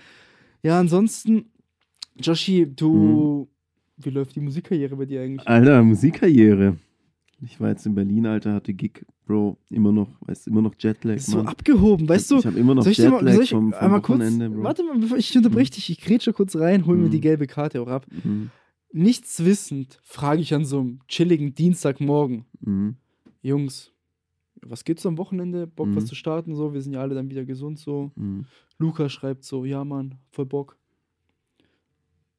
C: Ja, ansonsten, Joshi, du, wie läuft die Musikkarriere bei dir eigentlich?
D: Mhm. Alter, Musikkarriere. Ich war jetzt in Berlin, Alter, hatte Gig, Bro, immer noch, weißt immer noch Jetlag,
C: Ist so
D: Mann.
C: abgehoben, weißt du?
D: ich habe immer noch
C: soll ich dir
D: Jetlag
C: mal, soll ich
D: vom, vom
C: einmal kurz,
D: Wochenende, Bro.
C: warte mal, bevor ich unterbreche dich, ich grätsche kurz rein, hol mir
D: Mhm.
C: die gelbe Karte auch ab.
D: Mhm.
C: Nichts wissend frage ich an so einem chilligen Dienstagmorgen,
D: Mhm.
C: Jungs, was gibt's am Wochenende? Bock was
D: Mhm.
C: zu starten so? Wir sind ja alle dann wieder gesund so.
D: Mhm.
C: Luca schreibt so, ja Mann, voll Bock.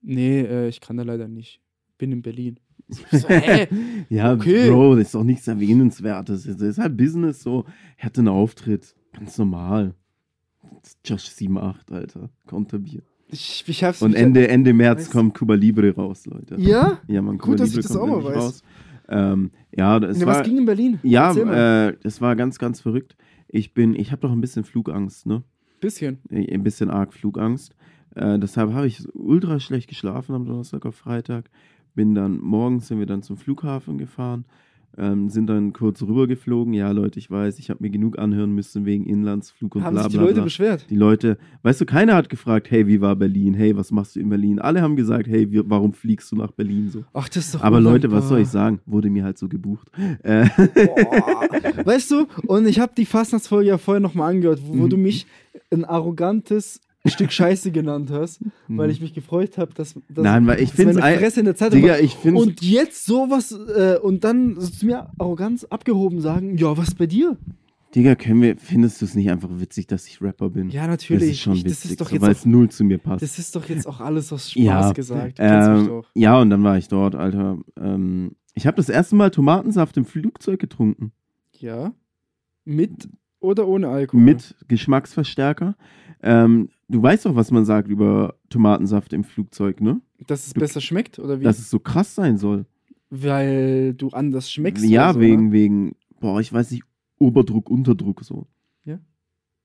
C: Nee, äh, ich kann da leider nicht. Bin in Berlin. Ich so, hä?
D: Ja,
C: Okay.
D: Bro, das ist doch nichts Erwähnenswertes. Das ist halt Business so. Er hatte einen Auftritt. Ganz normal. Josh 7-8, Alter. Konterbier.
C: Ich, ich hab's
D: Und
C: mich-
D: Ende, Ende März
C: Weiß-
D: kommt Cuba Libre raus, Leute.
C: Ja?
D: ja man,
C: Gut,
D: Cuba
C: dass ich
D: Libre
C: das
D: kommt
C: auch mal
D: endlich
C: weiß.
D: raus. Ähm, ja, das
C: Nee,
D: war,
C: was ging in Berlin? Erzähl mal.
D: ja, äh, das war ganz, ganz verrückt. Ich bin, ich habe doch ein bisschen Flugangst, ne?
C: Bisschen.
D: ein bisschen arg Flugangst. Äh, deshalb habe ich ultra schlecht geschlafen am Donnerstag auf Freitag. Bin dann, morgens sind wir dann zum Flughafen gefahren, ähm, sind dann kurz rübergeflogen. Ja, Leute, ich weiß, ich habe mir genug anhören müssen wegen Inlandsflug und
C: Haben
D: bla
C: sich die
D: bla
C: Leute
D: bla.
C: beschwert?
D: Die Leute, weißt du, keiner hat gefragt, hey, wie war Berlin? Hey, was machst du in Berlin? Alle haben gesagt, hey, wie, warum fliegst du nach Berlin so?
C: Ach, das ist doch
D: Aber Leute, was soll ich
C: undankbar.
D: sagen? Wurde mir halt so gebucht. Äh,
C: Boah. Weißt du, und ich habe die Fastnachtsfolge ja vorher nochmal angehört, wo, wo
D: Mhm.
C: du mich ein arrogantes Stück Scheiße genannt hast, weil ich mich gefreut habe, dass, dass,
D: Mhm. Nein, weil ich
C: dass
D: finde
C: meine Fresse in der Zeitung
D: Digga,
C: war.
D: ich finde
C: Und jetzt sowas äh, und dann so zu mir Arroganz abgehoben sagen, ja, was bei dir?
D: Digga, können wir, findest du es nicht einfach witzig, dass ich Rapper bin?
C: Ja,
D: das
C: natürlich.
D: ist schon
C: ich, das,
D: witzig,
C: ist doch
D: so,
C: jetzt
D: weil es
C: auch,
D: null zu mir passt.
C: das ist doch jetzt auch alles aus Spaß
D: Ja,
C: gesagt. Du kennst mich
D: ähm,
C: doch.
D: ja, und dann war ich dort, Alter. Ähm, ich habe das erste Mal Tomatensaft im Flugzeug getrunken.
C: Ja. Mit oder ohne Alkohol?
D: Mit Geschmacksverstärker. Ähm, du weißt doch, was man sagt über Tomatensaft im Flugzeug, ne?
C: Dass es besser schmeckt oder wie?
D: Dass es so krass sein soll.
C: Weil du anders schmeckst.
D: ja,
C: oder so,
D: wegen,
C: Ne?
D: wegen, boah, ich weiß nicht, Oberdruck, Unterdruck so.
C: Ja?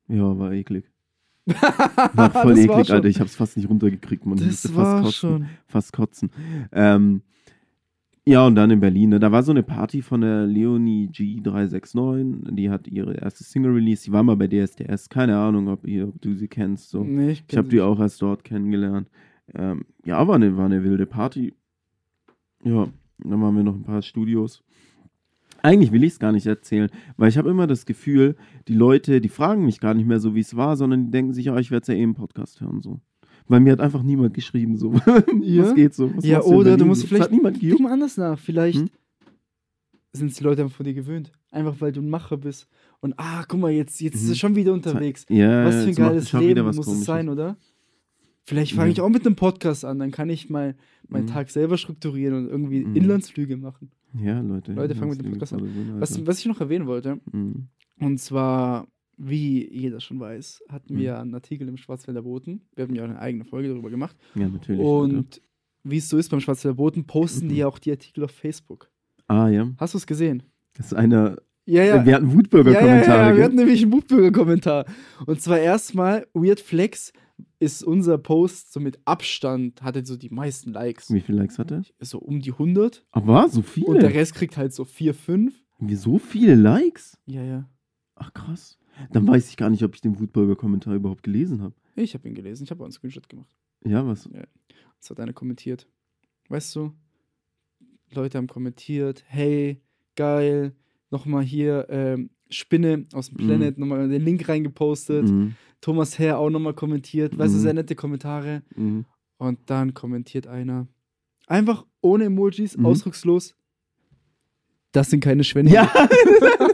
D: Ja, war eklig. War voll
C: Das
D: eklig,
C: war schon.
D: Alter. Ich hab's fast nicht runtergekriegt, man. Ich musste
C: Das
D: fast
C: war
D: kotzen.
C: schon.
D: fast kotzen. Ähm, ja, und dann in Berlin. Ne? Da war so eine Party von der Leonie G369. Die hat ihre erste Single released. Die war mal bei DSDS. Keine Ahnung, ob, ihr, ob du sie kennst. So.
C: Nee, ich
D: Ich habe
C: kenn
D: die
C: sie
D: auch erst dort kennengelernt. Ähm, ja, war eine, war eine wilde Party. Ja, dann waren wir noch ein paar Studios. Eigentlich will ich es gar nicht erzählen, weil ich habe immer das Gefühl, die Leute, die fragen mich gar nicht mehr so, wie es war, sondern die denken sich, oh, ich werde es ja eh im Podcast hören. So. Weil mir hat einfach niemand geschrieben, so.
C: Ja?
D: Was geht so? Was
C: Ja,
D: machst in
C: oder du
D: Berlin,
C: musst
D: so? Es
C: vielleicht-
D: Hat niemand
C: nicht. Guck
D: gejuckt.
C: mal anders nach. Vielleicht
D: Hm?
C: sind es die Leute einfach von dir gewöhnt. Einfach weil du ein Macher bist. Und ah, guck mal, jetzt, jetzt ist
D: Mhm.
C: er schon wieder unterwegs.
D: Ja,
C: Was für ein
D: jetzt mach-
C: geiles
D: ich hab wieder
C: Leben
D: was
C: muss es
D: Komisches.
C: sein, oder? Vielleicht fange
D: Ja.
C: ich auch mit einem Podcast an, dann kann ich mal meinen
D: Mhm.
C: Tag selber strukturieren und irgendwie
D: Mhm.
C: Inlandsflüge machen.
D: Ja, Leute.
C: Leute, fangen wir den Podcast an. Was, was ich noch erwähnen wollte,
D: Mhm.
C: und zwar, wie jeder schon weiß, hatten wir
D: Mhm.
C: einen Artikel im Schwarzwälder Boten. Wir haben ja auch eine eigene Folge darüber gemacht.
D: Ja, natürlich. Leute.
C: Und wie es so ist beim Schwarzwälder Boten, posten die
D: Mhm.
C: ja auch die Artikel auf Facebook.
D: Ah, ja.
C: Hast du es gesehen?
D: Das ist einer.
C: Ja, ja.
D: Äh, Wir hatten
C: Ja,
D: Wutbürger-Kommentare.
C: ja, ja, wir
D: gell?
C: hatten nämlich einen Wutbürger-Kommentar. Und zwar erstmal, Weird Flex ist unser Post so mit Abstand, hatte so die meisten Likes.
D: Wie viele Likes hat er?
C: So um die 100.
D: Aber so viele.
C: Und der Rest kriegt halt so 4, 5.
D: Haben wir so viele Likes?
C: Ja, ja.
D: Ach krass. Dann weiß ich gar nicht, ob ich den Wutbürger-Kommentar überhaupt gelesen habe.
C: Ich habe ihn gelesen, ich habe auch einen Screenshot gemacht.
D: Ja, was?
C: Das hat einer kommentiert. Weißt du, Leute haben kommentiert, hey, geil, nochmal hier ähm, Spinne aus dem
D: Mhm.
C: Planet, nochmal den Link reingepostet.
D: Mhm.
C: Thomas Herr auch nochmal kommentiert, weißt du,
D: Mhm.
C: sehr nette Kommentare.
D: Mhm.
C: Und dann kommentiert einer. Einfach ohne Emojis,
D: Mhm.
C: ausdruckslos. Das sind keine Schwenninger.
D: Ja!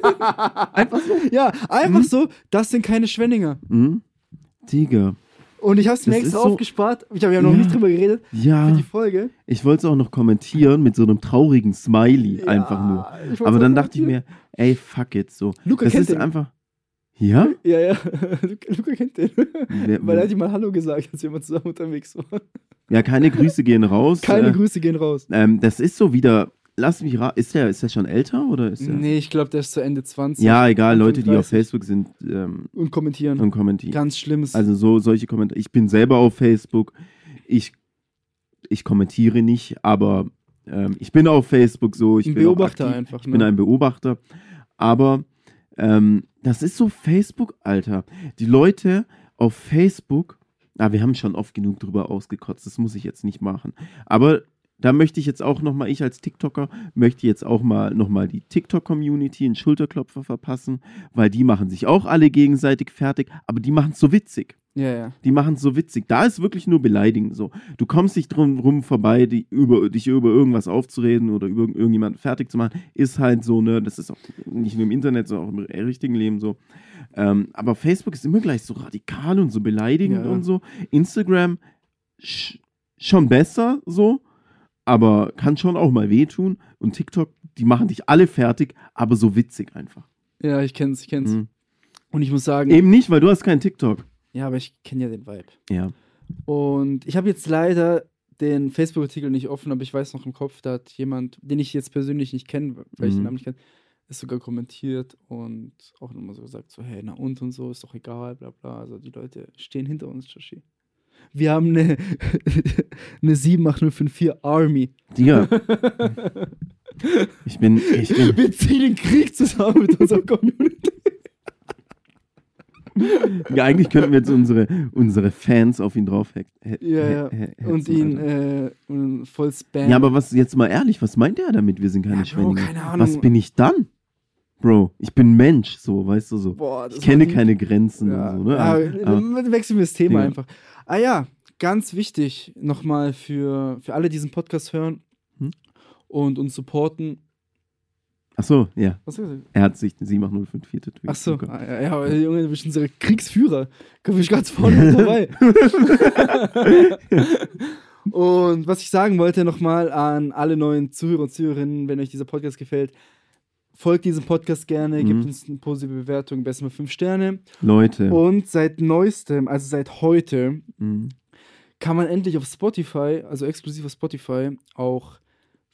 D: Einfach so.
C: Ja, einfach
D: Mhm.
C: so, das sind keine Schwenninger.
D: Mhm. Digga.
C: Und ich hab's mir
D: Das
C: extra
D: ist so-
C: aufgespart. Ich habe ja noch
D: Ja.
C: nicht drüber geredet für
D: Ja,
C: die Folge.
D: ich wollte es auch noch kommentieren mit so einem traurigen Smiley einfach nur.
C: Ja, ich wollt's
D: Aber
C: auch
D: dann dachte ich
C: kommentieren.
D: mir, ey, fuck it, so.
C: Luca
D: das
C: kennt
D: ist
C: den.
D: einfach. Ja?
C: Ja, ja, Luca, Luca kennt den.
D: Wer,
C: Weil er hat
D: wer,
C: ihm mal Hallo gesagt, als wir mal zusammen unterwegs waren.
D: ja, keine Grüße gehen raus.
C: Keine
D: äh,
C: Grüße gehen raus.
D: ähm, das ist so wieder. Lass mich raten. Ist der, ist der schon älter oder ist der.
C: Nee, ich glaube, der ist zu Ende 20.
D: Ja, egal, Leute, die auf
C: 35.
D: Facebook sind ähm,
C: Und kommentieren.
D: und kommentieren.
C: Mhm. Ganz schlimmes.
D: Also so solche Kommentare. Ich bin selber auf Facebook. Ich, ich kommentiere nicht, aber ähm, ich bin auf Facebook so. Ich
C: ein
D: bin auch
C: Beobachter
D: aktiv.
C: einfach. ne?
D: Ich bin ein Beobachter. Aber ähm, das ist so Facebook, Alter. Die Leute auf Facebook, ah, wir haben schon oft genug drüber ausgekotzt, das muss ich jetzt nicht machen. Aber da möchte ich jetzt auch nochmal, ich als TikToker, möchte jetzt auch mal nochmal die TikTok-Community einen Schulterklopfer verpassen, weil die machen sich auch alle gegenseitig fertig, aber die machen es so witzig.
C: ja, ja.
D: Die machen es so witzig. Da ist wirklich nur beleidigen so. Du kommst nicht drum rum vorbei, die über, dich über irgendwas aufzureden oder über irgendjemanden fertig zu machen. Ist halt so, ne? Das ist auch nicht nur im Internet, sondern auch im richtigen Leben so. Ähm, aber Facebook ist immer gleich so radikal und so beleidigend
C: Ja.
D: und so. Instagram sch schon besser so, aber kann schon auch mal wehtun. Und TikTok, die machen dich alle fertig, aber so witzig einfach.
C: Ja, ich kenn's, ich kenn's.
D: Mhm.
C: Und ich muss sagen,
D: Eben nicht, weil du hast keinen TikTok.
C: ja, aber ich kenne ja den Vibe.
D: Ja.
C: Und ich habe jetzt leider den Facebook-Artikel nicht offen, aber ich weiß noch im Kopf, da hat jemand, den ich jetzt persönlich nicht kenne, weil ich den
D: Mhm.
C: Namen nicht kenne, ist sogar kommentiert und auch nochmal so gesagt, so, hey, na und und so, ist doch egal, bla bla. Also die Leute stehen hinter uns, Joshi. Wir haben eine, eine 78054 Army.
D: Digga. Ich bin, ich bin
C: Wir ziehen den Krieg zusammen mit unserer Community.
D: Ja, eigentlich könnten wir jetzt unsere, unsere Fans auf ihn drauf hack- hä-
C: Ja, ja.
D: hä- hä-
C: Und
D: hetzen,
C: ihn
D: Alter.
C: äh, und voll spammen.
D: ja, aber was jetzt mal ehrlich, was meint er damit? Wir sind keine
C: Ja,
D: ja,
C: Bro, keine Ahnung.
D: Was bin ich dann? Bro, ich bin Mensch, so, weißt du so.
C: Boah, das
D: ich
C: war
D: kenne
C: die-
D: keine Grenzen
C: Ja,
D: und so, ne?
C: ja,
D: Aber, aber,
C: dann wechseln wir das Thema
D: Digga.
C: einfach. Ah ja, ganz wichtig nochmal für, für alle, die diesen Podcast hören
D: Hm?
C: und uns supporten.
D: ach so, ja.
C: Was hast du gesagt?
D: Er hat sich 78054 tätowiert.
C: Ach so,
D: Luca.
C: ah, ja, ja, aber Junge, wir sind unsere Kriegsführer. Komm ich ganz vorne mit dabei. und was ich sagen wollte nochmal an alle neuen Zuhörer und Zuhörerinnen, wenn euch dieser Podcast gefällt, folgt diesem Podcast gerne, gebt
D: Mhm.
C: uns eine positive Bewertung, besser mal 5 Sterne.
D: Leute.
C: Und seit neuestem, also seit heute,
D: Mhm.
C: kann man endlich auf Spotify, also exklusiv auf Spotify, auch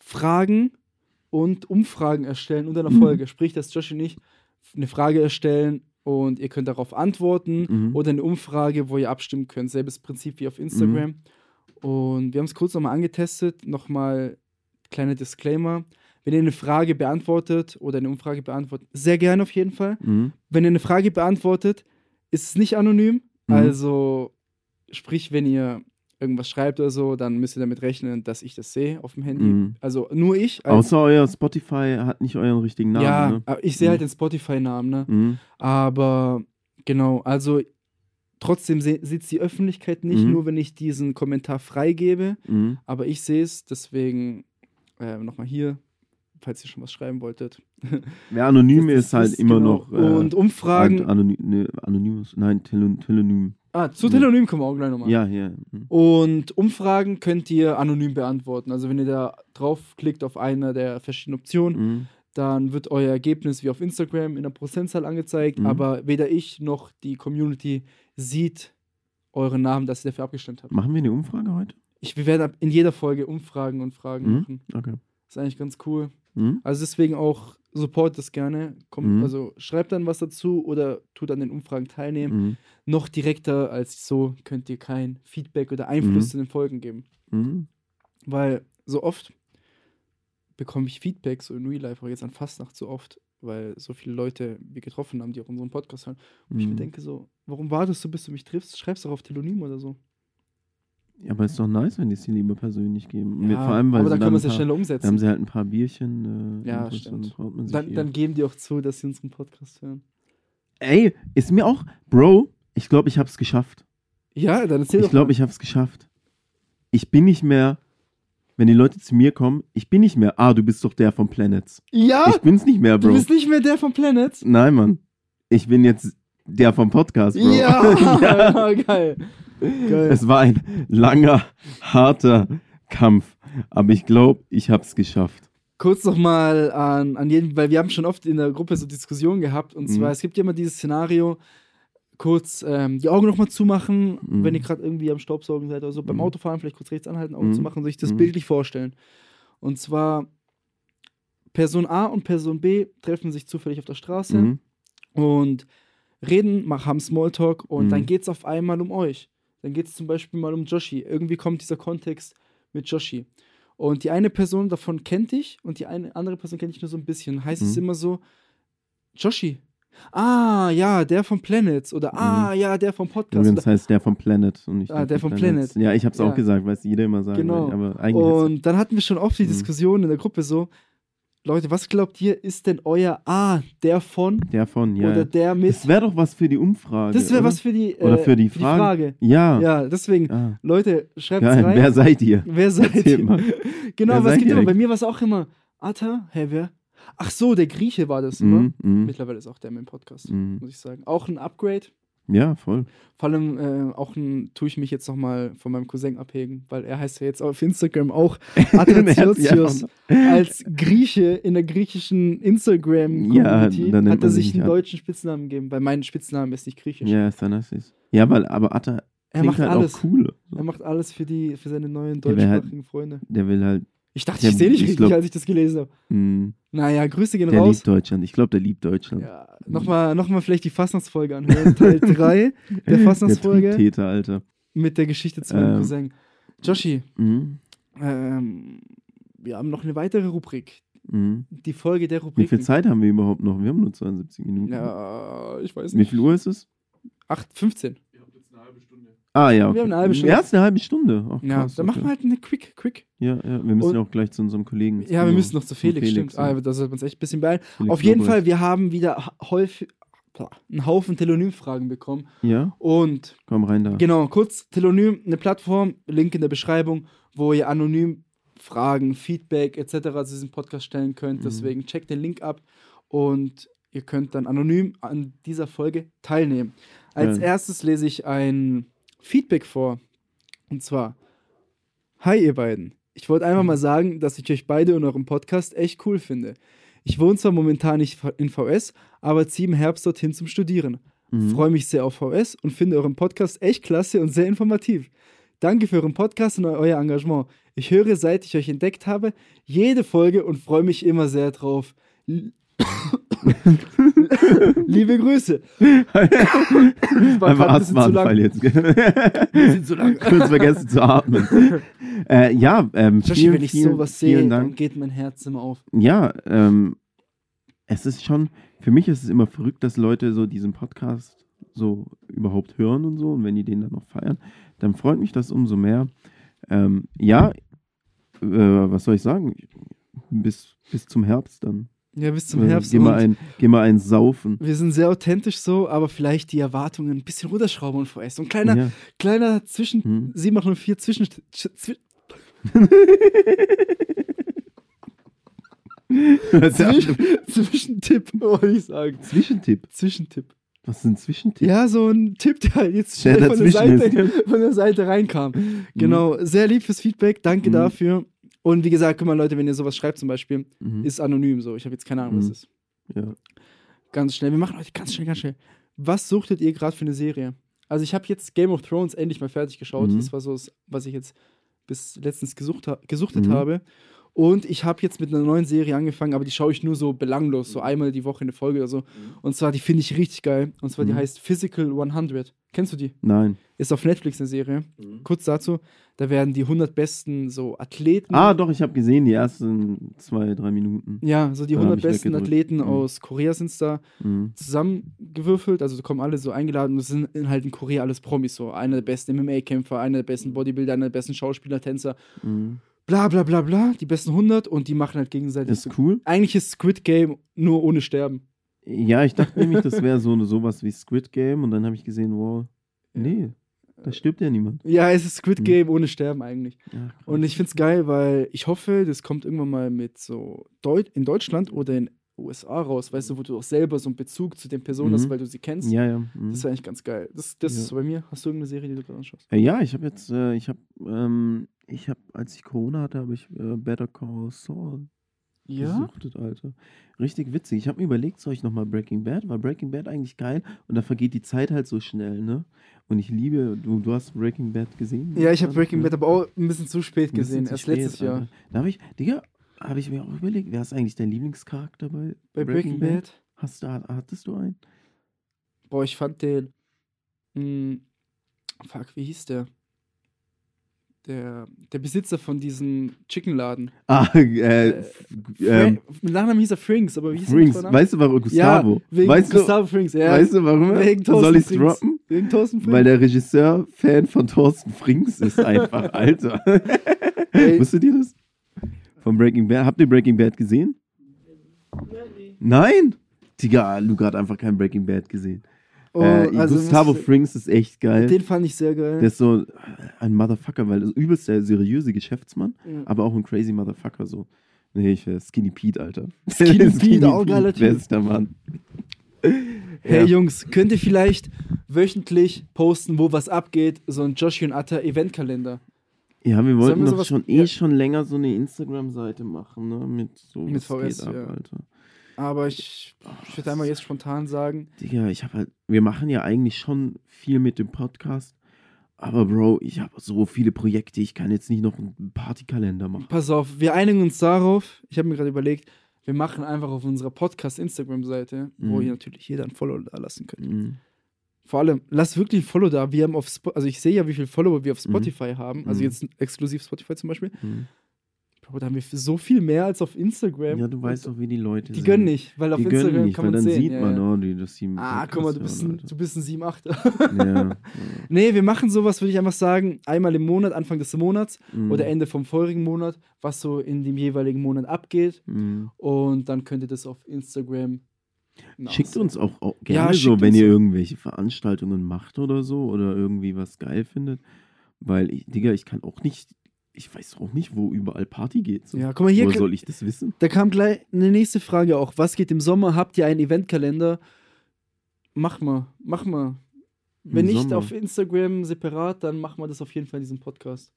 C: Fragen und Umfragen erstellen unter einer
D: Mhm.
C: Folge. Sprich, dass Josh und ich eine Frage erstellen und ihr könnt darauf antworten
D: Mhm.
C: oder eine Umfrage, wo ihr abstimmen könnt. Selbes Prinzip wie auf Instagram. Und wir haben es kurz nochmal angetestet. Nochmal kleiner Disclaimer. Wenn ihr eine Frage beantwortet oder eine Umfrage beantwortet, sehr gerne auf jeden Fall
D: Mhm.
C: wenn ihr eine Frage beantwortet, ist es nicht anonym.
D: Mhm.
C: Also, sprich, wenn ihr irgendwas schreibt oder so, dann müsst ihr damit rechnen, dass ich das sehe auf dem Handy.
D: Mhm.
C: Also nur ich. Als,
D: Außer euer Spotify hat nicht euren richtigen Namen,
C: ja,
D: ne?
C: aber ich sehe halt
D: Mhm.
C: den Spotify-Namen, ne?
D: Mhm.
C: Aber genau, also trotzdem se- sieht die Öffentlichkeit nicht,
D: Mhm.
C: nur wenn ich diesen Kommentar freigebe.
D: Mhm.
C: Aber ich sehe es, deswegen äh, nochmal hier, falls ihr schon was schreiben wolltet.
D: Wer anonym
C: Das- das
D: ist, halt
C: ist
D: immer
C: genau.
D: noch. äh,
C: Und Umfragen.
D: Anonym, ne, anonymes, nein, tele, Telonym.
C: ah, zu
D: Mhm.
C: Telonym kommen wir auch gleich nochmal.
D: Ja, ja. Mhm.
C: Und Umfragen könnt ihr anonym beantworten. Also wenn ihr da draufklickt auf eine der verschiedenen Optionen,
D: Mhm.
C: dann wird euer Ergebnis wie auf Instagram in der Prozentzahl angezeigt,
D: Mhm.
C: aber weder ich noch die Community sieht euren Namen, dass ihr dafür abgestimmt habt.
D: Machen wir eine Umfrage heute?
C: Ich, wir werden ab- in jeder Folge Umfragen und Fragen
D: Mhm.
C: machen.
D: Okay.
C: Ist eigentlich ganz cool.
D: Mhm.
C: Also deswegen auch support das gerne. Kommt,
D: Mhm.
C: Also schreibt dann was dazu oder tut an den Umfragen teilnehmen.
D: Mhm.
C: Noch direkter als so könnt ihr kein Feedback oder Einfluss
D: Mhm.
C: zu den Folgen geben.
D: Mhm.
C: Weil so oft bekomme ich Feedback, so in Real Life, auch jetzt an Fastnacht so oft, weil so viele Leute wir getroffen haben, die auch unseren Podcast hören. Und ich mir
D: Mhm.
C: denke so, warum wartest du, bis du mich triffst? Schreibst doch auf Telonym oder so.
D: Ja, aber ist doch nice, wenn die es dir lieber persönlich geben. Und wir-
C: Ja,
D: Vor allem, weil
C: aber
D: sie
C: dann können wir es ja
D: ein paar-
C: schneller
D: Da haben
C: umsetzen.
D: sie halt ein paar Bierchen. Äh,
C: Ja,
D: und das,
C: stimmt.
D: dann traut man sich
C: Dann,
D: eh.
C: dann geben die auch zu, dass sie unseren Podcast hören.
D: Ey, ist mir auch. Bro, ich glaube, ich hab's geschafft.
C: Ja, dann erzähl
D: Ich
C: doch mal.
D: glaube, ich hab's geschafft. Ich bin nicht mehr, wenn die Leute zu mir kommen, ich bin nicht mehr, ah, du bist doch der von Planets.
C: Ja!
D: Ich bin's nicht mehr,
C: Ah, Du
D: Bro.
C: bist nicht mehr der von Planet.
D: Nein, Mann. Ich bin jetzt der vom Podcast, Bro.
C: Ja, ja, geil. Geil.
D: Es war ein langer, harter Kampf. Aber ich glaube, ich hab's geschafft.
C: Kurz nochmal an, an jeden, weil wir haben schon oft in der Gruppe so Diskussionen gehabt. Und
D: Mhm.
C: zwar, es gibt ja immer dieses Szenario, kurz ähm, die Augen nochmal zumachen,
D: Mhm.
C: wenn ihr gerade irgendwie am Staubsaugen seid oder so, beim
D: Mhm.
C: Autofahren vielleicht kurz rechts anhalten, Augen
D: Mhm.
C: zu machen und sich das
D: Mhm.
C: bildlich vorstellen. Und zwar, Person A und Person B treffen sich zufällig auf der Straße
D: Mhm.
C: und reden, mach- haben Smalltalk und
D: Mhm.
C: dann geht es auf einmal um euch. Dann geht es zum Beispiel mal um Joshi. Irgendwie kommt dieser Kontext mit Joshi. Und die eine Person davon kennt dich und die eine andere Person kennt dich nur so ein bisschen. Heißt es
D: Mhm.
C: immer so, Joshi. Ah, ja, der vom Planets.
D: Mhm.
C: Oder ah, ja, der vom Podcast.
D: Übrigens heißt der vom Planet und nicht
C: Ah, der vom
D: Planets. Ja, ich hab's
C: Ja.
D: auch gesagt, weil es jeder immer sagt.
C: Genau.
D: Aber eigentlich ist-
C: Und dann hatten wir schon oft die
D: Mhm.
C: Diskussion in der Gruppe so, Leute, was glaubt ihr, ist denn euer A der von
D: der von, ja.
C: oder der mit?
D: Das wäre doch was für die Umfrage.
C: Das wäre
D: oder?
C: was für die,
D: Oder für die Fragen. Ja.
C: Ja, deswegen,
D: Ah,
C: Leute, schreibt
D: geil.
C: rein.
D: Wer seid ihr?
C: Wer seid
D: Erzähl
C: ihr?
D: mal.
C: Genau,
D: Wer
C: was
D: seid
C: geht
D: ihr
C: immer?
D: denn?
C: Bei mir war es auch immer Atta, hä, wer? Ach so, der Grieche war das immer.
D: Mhm, mhm,
C: Mittlerweile ist auch der im Podcast,
D: mhm.
C: muss ich sagen. Auch ein Upgrade.
D: Ja, voll.
C: Vor allem äh, auch ein, tue ich mich jetzt nochmal von meinem Cousin abhägen, weil er heißt ja jetzt auf Instagram auch Atraziotius.
D: Ja,
C: Als Grieche in der griechischen Instagram-Community
D: Ja, dann nennt
C: hat er
D: man sich
C: sich
D: nicht
C: einen
D: At-
C: deutschen Spitznamen gegeben, weil mein Spitzname ist nicht griechisch.
D: Ja, Thanasis. Ja, weil, aber Atta
C: er
D: klingt
C: macht
D: halt
C: alles.
D: auch cool.
C: Er macht alles für, die, für seine neuen
D: Ja, wer hat-
C: deutschsprachigen Freunde.
D: Der will halt,
C: Ich dachte,
D: Der-
C: ich sehe dich
D: ich
C: richtig,
D: glaub-
C: als ich das gelesen habe.
D: mh,
C: Naja, Grüße gehen
D: Mhm. der
C: raus.
D: liebt Deutschland. Ich glaube, der liebt Deutschland.
C: Ja, Nochmal noch mal vielleicht die Fastnachtsfolge anhören. Teil 3 der Fastnachtsfolge
D: Triebtäter, Alter.
C: mit der Geschichte zu meinem
D: Ähm.
C: Cousin. Joshi,
D: Mhm,
C: ähm, wir haben noch eine weitere Rubrik.
D: mhm.
C: Die Folge der Rubrik.
D: Wie viel Zeit haben wir überhaupt noch? Wir haben nur 72 Minuten.
C: Ja, ich weiß
D: Wie
C: nicht.
D: viel Uhr ist es?
C: 8, 15.
D: Ah, ja.
C: haben eine halbe Stunde.
D: Erst eine halbe Stunde. Ach,
C: Ja,
D: krass,
C: dann machen wir halt eine Quick, Quick.
D: Ja, ja, wir müssen
C: Und-
D: ja auch gleich zu unserem Kollegen. ins
C: Ja, wir
D: Kino.
C: müssen noch zu Felix, stimmt.
D: Felix, ja.
C: Ah, da sollten wir uns echt ein bisschen beeilen.
D: Felix
C: Auf jeden
D: Lobrecht.
C: Fall, wir haben wieder häufig einen Haufen Telonymfragen bekommen.
D: Ja,
C: Und
D: komm rein da.
C: Genau, kurz Telonym, eine Plattform, Link in der Beschreibung, wo ihr anonym Fragen, Feedback etc. zu diesem Podcast stellen könnt.
D: Mhm.
C: Deswegen checkt den Link ab und ihr könnt dann anonym an dieser Folge teilnehmen. Als
D: Geil.
C: erstes lese ich ein Feedback vor. Und zwar: Hi, ihr beiden. Ich wollte einfach mal sagen, dass ich euch beide und euren Podcast echt cool finde. Ich wohne zwar momentan nicht in VS, aber ziehe im Herbst dorthin zum Studieren.
D: Mhm.
C: Freue mich sehr auf VS und finde euren Podcast echt klasse und sehr informativ. Danke für euren Podcast und eu- euer Engagement. Ich höre, seit ich euch entdeckt habe, jede Folge und freue mich immer sehr drauf. L Liebe Grüße. Das war
D: Einfach
C: grad ein bisschen zu lang.
D: Asthmaanfall jetzt. Kurz vergessen zu atmen. äh, ja, ähm,
C: Joshi,
D: vielen,
C: wenn ich
D: vielen,
C: sowas sehe,
D: vielen
C: dann
D: Dank.
C: geht mein Herz immer auf.
D: Ja, ähm, es ist schon, für mich ist es immer verrückt, dass Leute so diesen Podcast so überhaupt hören und so. Und wenn die den dann noch feiern, dann freut mich das umso mehr. Ähm, ja, äh, was soll ich sagen? Bis, bis zum Herbst dann.
C: Ja, bis zum
D: Äh,
C: Herbst.
D: Geh mal,
C: und
D: ein, geh mal ein Saufen.
C: wir sind sehr authentisch so, aber vielleicht die Erwartungen ein bisschen runterschrauben und vorerst. So ein kleiner,
D: Ja.
C: kleiner Zwischen
D: Hm.
C: 704 Zwischen. Zwi Zwischen Zwischentipp, wollte ich sagen.
D: Zwischentipp.
C: Zwischentipp.
D: Was ist ein Zwischentipp?
C: Ja, so ein Tipp, der halt jetzt
D: Der
C: schnell von der,
D: dazwischen
C: Seite, von der Seite reinkam. Genau, sehr lieb fürs Feedback, danke
D: Mhm.
C: dafür. Und wie gesagt, guck mal, Leute, wenn ihr sowas schreibt zum Beispiel,
D: Mhm.
C: ist anonym so. Ich habe jetzt keine Ahnung, was
D: Mhm.
C: es ist.
D: ja.
C: Ganz schnell. Wir machen heute ganz schnell, ganz schnell. Was suchtet ihr gerade für eine Serie? Also ich habe jetzt Game of Thrones endlich mal fertig geschaut.
D: Mhm.
C: Das war so, das, was ich jetzt bis letztens gesucht ha gesuchtet
D: Mhm.
C: habe. Und ich habe jetzt mit einer neuen Serie angefangen, aber die schaue ich nur so belanglos,
D: Mhm.
C: so einmal die Woche eine Folge oder so. Und zwar, die finde ich richtig geil. Und zwar, die
D: Mhm.
C: heißt Physical 100. Kennst du die?
D: Nein.
C: Ist auf Netflix eine Serie.
D: Mhm.
C: Kurz dazu, da werden die 100 besten so Athleten.
D: Ah, doch, ich habe gesehen, die ersten zwei, drei Minuten.
C: Ja, so die
D: Da hab
C: 100
D: ich
C: besten
D: weggedrückt.
C: Athleten
D: Mhm.
C: aus Korea sind da
D: Mhm.
C: zusammengewürfelt. Also kommen alle so eingeladen und es sind in- halt in Korea alles Promis so. Einer der besten MMA-Kämpfer, einer der besten Bodybuilder, einer der besten Schauspieler, Tänzer.
D: Mhm.
C: Bla bla bla bla. Die besten 100 und die machen halt gegenseitig. so-
D: Ist cool.
C: Eigentlich ist Squid Game nur ohne Sterben.
D: Ja, ich dachte nämlich, das wäre so sowas wie Squid Game und dann habe ich gesehen, wow, nee, da stirbt ja niemand.
C: Ja, es ist Squid
D: Mhm.
C: Game ohne Sterben eigentlich.
D: Ja, krass.
C: Und ich find's geil, weil ich hoffe, das kommt irgendwann mal mit so Deut in Deutschland oder in USA raus, weißt du, wo du auch selber so einen Bezug zu den Personen hast,
D: Mhm.
C: weil du sie kennst.
D: ja, ja. mhm.
C: Das ist eigentlich ganz geil. Das, das
D: Ja.
C: ist so bei mir. Hast du irgendeine Serie, die du gerade anschaust?
D: Äh, ja, ich habe jetzt, äh, ich habe, ähm, ich habe, als ich Corona hatte, habe ich äh, Better Call Saul gesuchtet, Alter. Richtig witzig. Ich habe mir überlegt, soll ich nochmal Breaking Bad? War Breaking Bad eigentlich geil? Und da vergeht die Zeit halt so schnell, ne? Und ich liebe, du, du hast Breaking Bad gesehen?
C: Ja, ich habe
D: Dann?
C: Breaking
D: Ja.
C: Bad aber auch ein bisschen zu spät
D: Ein bisschen
C: gesehen,
D: zu
C: erst
D: spät,
C: letztes Jahr.
D: Alter. Da habe ich, Digga, habe ich mir auch überlegt, wer ist eigentlich dein Lieblingscharakter bei,
C: Bei Breaking, Bad.
D: Hast du, hattest du einen?
C: Boah, ich fand den. Mh, fuck, wie hieß der? Der, der Besitzer von diesem Chickenladen.
D: Ah, äh, f- ähm,
C: Fra- Mit Nachnamen hieß er Frings, aber wie hieß
D: Frings.
C: er? mit Vornamen?
D: Weißt du, warum Gustavo?
C: Ja, wegen
D: weißt,
C: Gustavo Frings,
D: du,
C: ja.
D: weißt du, warum? er-
C: Wegen
D: Soll ich
C: Thorsten Frings.
D: droppen?
C: Wegen Thorsten Frings.
D: Weil der Regisseur Fan von Thorsten Frings ist einfach, Alter.
C: Ey.
D: Wusstet ihr das? Von Breaking Bad. Habt ihr Breaking Bad gesehen? Nein? Digga, Luca hat einfach kein Breaking Bad gesehen.
C: Oh,
D: äh,
C: also
D: Gustavo
C: muss ich-
D: Frings ist echt geil.
C: Den fand ich sehr geil.
D: Der ist so ein Motherfucker, weil er ist übelst der seriöse Geschäftsmann,
C: Ja.
D: aber auch ein crazy Motherfucker so. Nee, ich äh, Skinny Pete, Alter.
C: Skinny Pete, auch geiler Typ.
D: Bester Mann.
C: hey
D: ja.
C: Jungs, könnt ihr vielleicht wöchentlich posten, wo was abgeht? So ein Joshi und Atta Eventkalender.
D: Ja, wir
C: Sollen
D: wollten
C: wir
D: doch
C: sowas-
D: schon eh
C: ja.
D: schon länger so eine Instagram-Seite machen, ne? Mit so
C: Mit
D: was geht
C: VS,
D: ab,
C: ja.
D: Alter.
C: Aber ich, ich würde einmal jetzt spontan sagen,
D: Digga, ich habe halt, wir machen ja eigentlich schon viel mit dem Podcast, aber Bro, ich habe so viele Projekte, ich kann jetzt nicht noch einen Partykalender machen.
C: pass auf, wir einigen uns darauf. Ich habe mir gerade überlegt, wir machen einfach auf unserer Podcast-Instagram-Seite, wo
D: Mhm.
C: ihr natürlich jeder ein Follow da lassen könnt.
D: Mhm.
C: Vor allem, lasst wirklich ein Follow da. Wir haben auf Spo also ich sehe ja, wie viele Follower wir auf
D: Mhm.
C: Spotify haben. Also
D: Mhm.
C: jetzt exklusiv Spotify zum Beispiel.
D: Mhm.
C: Bro, da haben wir so viel mehr als auf Instagram.
D: Ja, du weißt doch, wie die Leute
C: Die
D: sind.
C: gönnen nicht, weil auf
D: die gönnen
C: Instagram
D: nicht,
C: kann
D: weil
C: man
D: dann
C: sehen.
D: sieht
C: ja,
D: man,
C: ja.
D: oh, die, dass die einen
C: Ah,
D: Podcast
C: guck mal, du bist, ein,
D: hören,
C: du bist ein 7 8
D: Alter. ja, ja.
C: Nee, wir machen sowas, würde ich einfach sagen, einmal im Monat, Anfang des Monats
D: Mhm.
C: oder Ende vom vorigen Monat, was so in dem jeweiligen Monat abgeht.
D: Mhm.
C: Und dann könnt ihr das auf Instagram.
D: Schickt
C: nachsehen.
D: uns auch, auch
C: Ja,
D: gerne so,
C: schickt
D: wenn
C: uns
D: ihr
C: so.
D: irgendwelche Veranstaltungen macht oder so oder irgendwie was geil findet. Weil, ich, Digga, ich kann auch nicht, ich weiß auch nicht, wo überall Party geht. So.
C: Ja, guck mal, hier,
D: Woher soll ich das wissen?
C: da kam gleich eine nächste Frage auch. Was geht im Sommer? Habt ihr einen Eventkalender? Mach mal, mach mal.
D: Im
C: Wenn nicht
D: Sommer.
C: auf Instagram separat, dann machen wir das auf jeden Fall in diesem Podcast.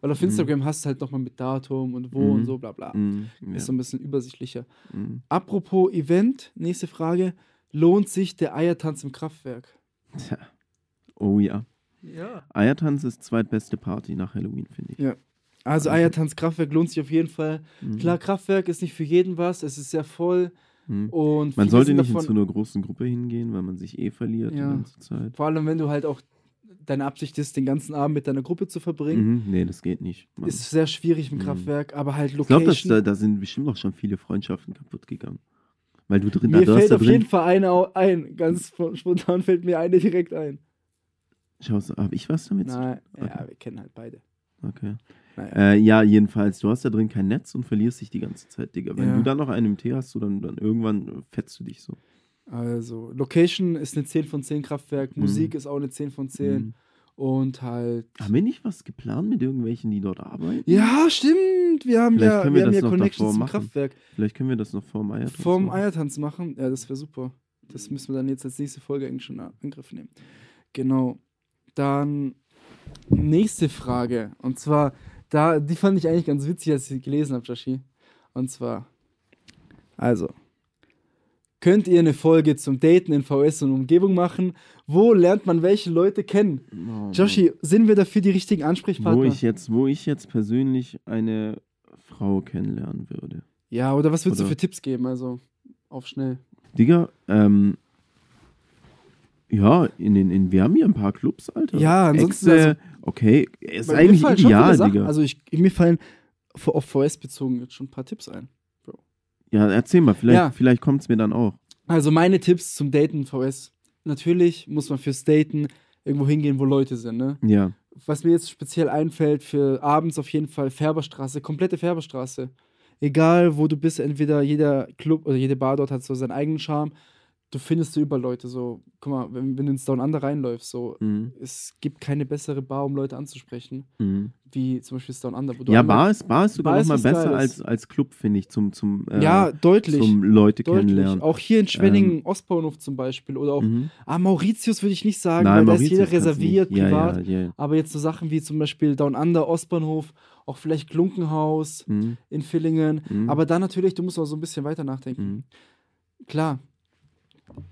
C: Weil auf
D: Mhm.
C: Instagram hast du halt nochmal mit Datum und wo
D: Mhm.
C: und so, bla bla.
D: Mhm, ja.
C: Ah, Ist so ein bisschen übersichtlicher.
D: mhm.
C: Apropos Event, nächste Frage. Lohnt sich der Eiertanz im Kraftwerk?
D: Tja. Oh ja.
C: Ja.
D: Eiertanz ist zweitbeste Party nach Halloween, finde ich.
C: Also
D: Also-
C: Eiertanz Kraftwerk lohnt sich auf jeden Fall.
D: Mhm.
C: Klar, Kraftwerk ist nicht für jeden was, es ist sehr voll
D: Mhm.
C: und
D: Man
C: viele
D: sollte
C: sind
D: nicht in zu einer großen Gruppe hingehen, weil man sich eh verliert
C: Ja.
D: die ganze Zeit.
C: vor allem wenn du halt auch deine Absicht ist, den ganzen Abend mit deiner Gruppe zu verbringen,
D: Mhm. Nee, das geht nicht. Mann.
C: ist sehr schwierig im
D: Mhm.
C: Kraftwerk, aber halt
D: Ich glaube,
C: Location.
D: da, da sind bestimmt auch schon viele Freundschaften kaputt gegangen. Weil du drin,
C: mir
D: da, du hast
C: fällt
D: da
C: auf jeden
D: drin,
C: Fall eine au- ein, ganz spo- spontan fällt mir eine direkt ein.
D: schaust du, habe ich was damit? zu-
C: Nein, ja,
D: Okay.
C: wir kennen halt beide.
D: Okay.
C: Naja.
D: Äh, ja, jedenfalls, du hast da drin kein Netz und verlierst dich die ganze Zeit, Digga. Wenn
C: Ja.
D: du dann noch einen im Tee hast, so, dann, dann irgendwann äh, fetzt du dich so.
C: Also, Location ist eine 10 von 10 Kraftwerk,
D: Mhm.
C: Musik ist auch eine 10 von 10
D: Mhm.
C: und halt.
D: Haben wir nicht was geplant mit irgendwelchen, die dort arbeiten?
C: Ja, stimmt, wir haben
D: Vielleicht
C: ja,
D: können
C: wir
D: wir
C: haben
D: das
C: ja
D: noch
C: Connections
D: davor
C: zum
D: machen.
C: Kraftwerk.
D: Vielleicht können wir das noch vorm Eiertanz
C: Vom
D: machen.
C: Eiertanz machen, ja, das wäre super. Das müssen wir dann jetzt als nächste Folge eigentlich schon in Angriff nehmen. Genau. Dann nächste Frage. Und zwar, da, die fand ich eigentlich ganz witzig, als ich sie gelesen habe, Joshi. Und zwar, also, könnt ihr eine Folge zum Daten in VS und Umgebung machen? Wo lernt man welche Leute kennen?
D: Oh,
C: Joshi, sind wir dafür die richtigen
D: wo
C: Ansprechpartner?
D: ich, jetzt, wo ich jetzt persönlich eine Frau kennenlernen würde.
C: ja, oder was würdest du
D: Oder-
C: für Tipps geben? Also, auf schnell.
D: Digga, ähm, ja, in den, in, wir haben hier ein paar Clubs, Alter.
C: Ja, ansonsten,
D: Exe, okay, ist
C: Weil
D: eigentlich
C: fallen schon viele
D: ideal,
C: Sachen-
D: Digga.
C: Also, ich, mir fallen v- auf VS bezogen jetzt schon ein paar Tipps ein.
D: ja, erzähl mal, vielleicht,
C: Ja.
D: vielleicht kommt es mir dann auch.
C: Also meine Tipps zum Daten in VS. Natürlich muss man fürs Daten irgendwo hingehen, wo Leute sind. Ne?
D: Ja,
C: Was mir jetzt speziell einfällt, für abends auf jeden Fall Färberstraße, komplette Färberstraße. Egal, wo du bist, entweder jeder Club oder jede Bar dort hat so seinen eigenen Charme. Du findest du über Leute so. Guck mal, wenn, wenn du ins Down Under reinläufst, so.
D: mhm.
C: Es gibt keine bessere Bar, um Leute anzusprechen,
D: Mhm.
C: wie zum Beispiel das Down Under. Wo du
D: ja
C: einmal-
D: Bar ist, Bar ist sogar
C: Bar
D: noch
C: ist
D: mal
C: was
D: besser
C: Geiles.
D: als, als Club, finde ich, zum, zum, äh,
C: Ja, deutlich.
D: zum Leute
C: deutlich.
D: kennenlernen. Ähm,
C: Auch hier in Schwenningen, Ostbahnhof zum Beispiel. Oder auch
D: Mhm.
C: Ah, Mauritius würde ich nicht sagen, weil
D: Nein,
C: da ist jeder
D: Mauritius kannst du
C: reserviert,
D: nicht. ja,
C: privat.
D: Ja, ja,
C: Aber jetzt so Sachen wie zum Beispiel Down Under, Ostbahnhof, auch vielleicht Glunkenhaus
D: Mhm.
C: in Villingen.
D: Mhm.
C: Aber dann natürlich, du musst auch so ein bisschen weiter nachdenken.
D: Mhm.
C: Klar.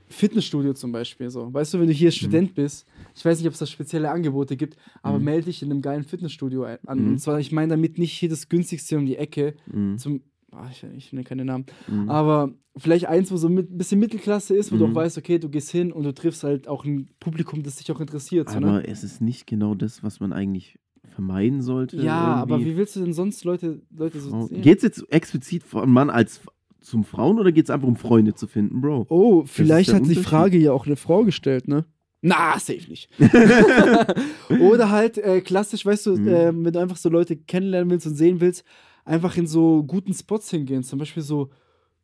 C: Fitnessstudio zum Beispiel so. Weißt du, wenn du
D: Mhm.
C: hier Student bist, ich weiß nicht, ob es da spezielle Angebote gibt, aber
D: Mhm.
C: melde dich in einem geilen Fitnessstudio ein- an.
D: Mhm.
C: Und zwar, ich meine damit nicht hier das günstigste um die Ecke.
D: Mhm.
C: Zum, ah, ich, ich nenne keine Namen.
D: Mhm.
C: Aber vielleicht eins, wo so ein mit- bisschen Mittelklasse ist, wo du auch
D: Mhm.
C: weißt, okay, du gehst hin und du triffst halt auch ein Publikum, das dich auch interessiert. so, ne?
D: Aber es ist nicht genau das, was man eigentlich vermeiden sollte.
C: Ja, aber
D: äh, irgendwie.
C: wie willst du denn sonst Leute, Leute so
D: Frau-
C: sehen?
D: Geht's jetzt explizit von Mann als f- zum Frauen oder geht's einfach um Freunde zu finden, Bro?
C: Oh,
D: ist
C: vielleicht
D: der
C: hat die
D: Unterschied.
C: Frage ja auch eine Frau gestellt, ne? Na, safe nicht. Oder halt äh, klassisch, weißt du,
D: Mhm.
C: äh, wenn du einfach so Leute kennenlernen willst und sehen willst, einfach in so guten Spots hingehen. Zum Beispiel so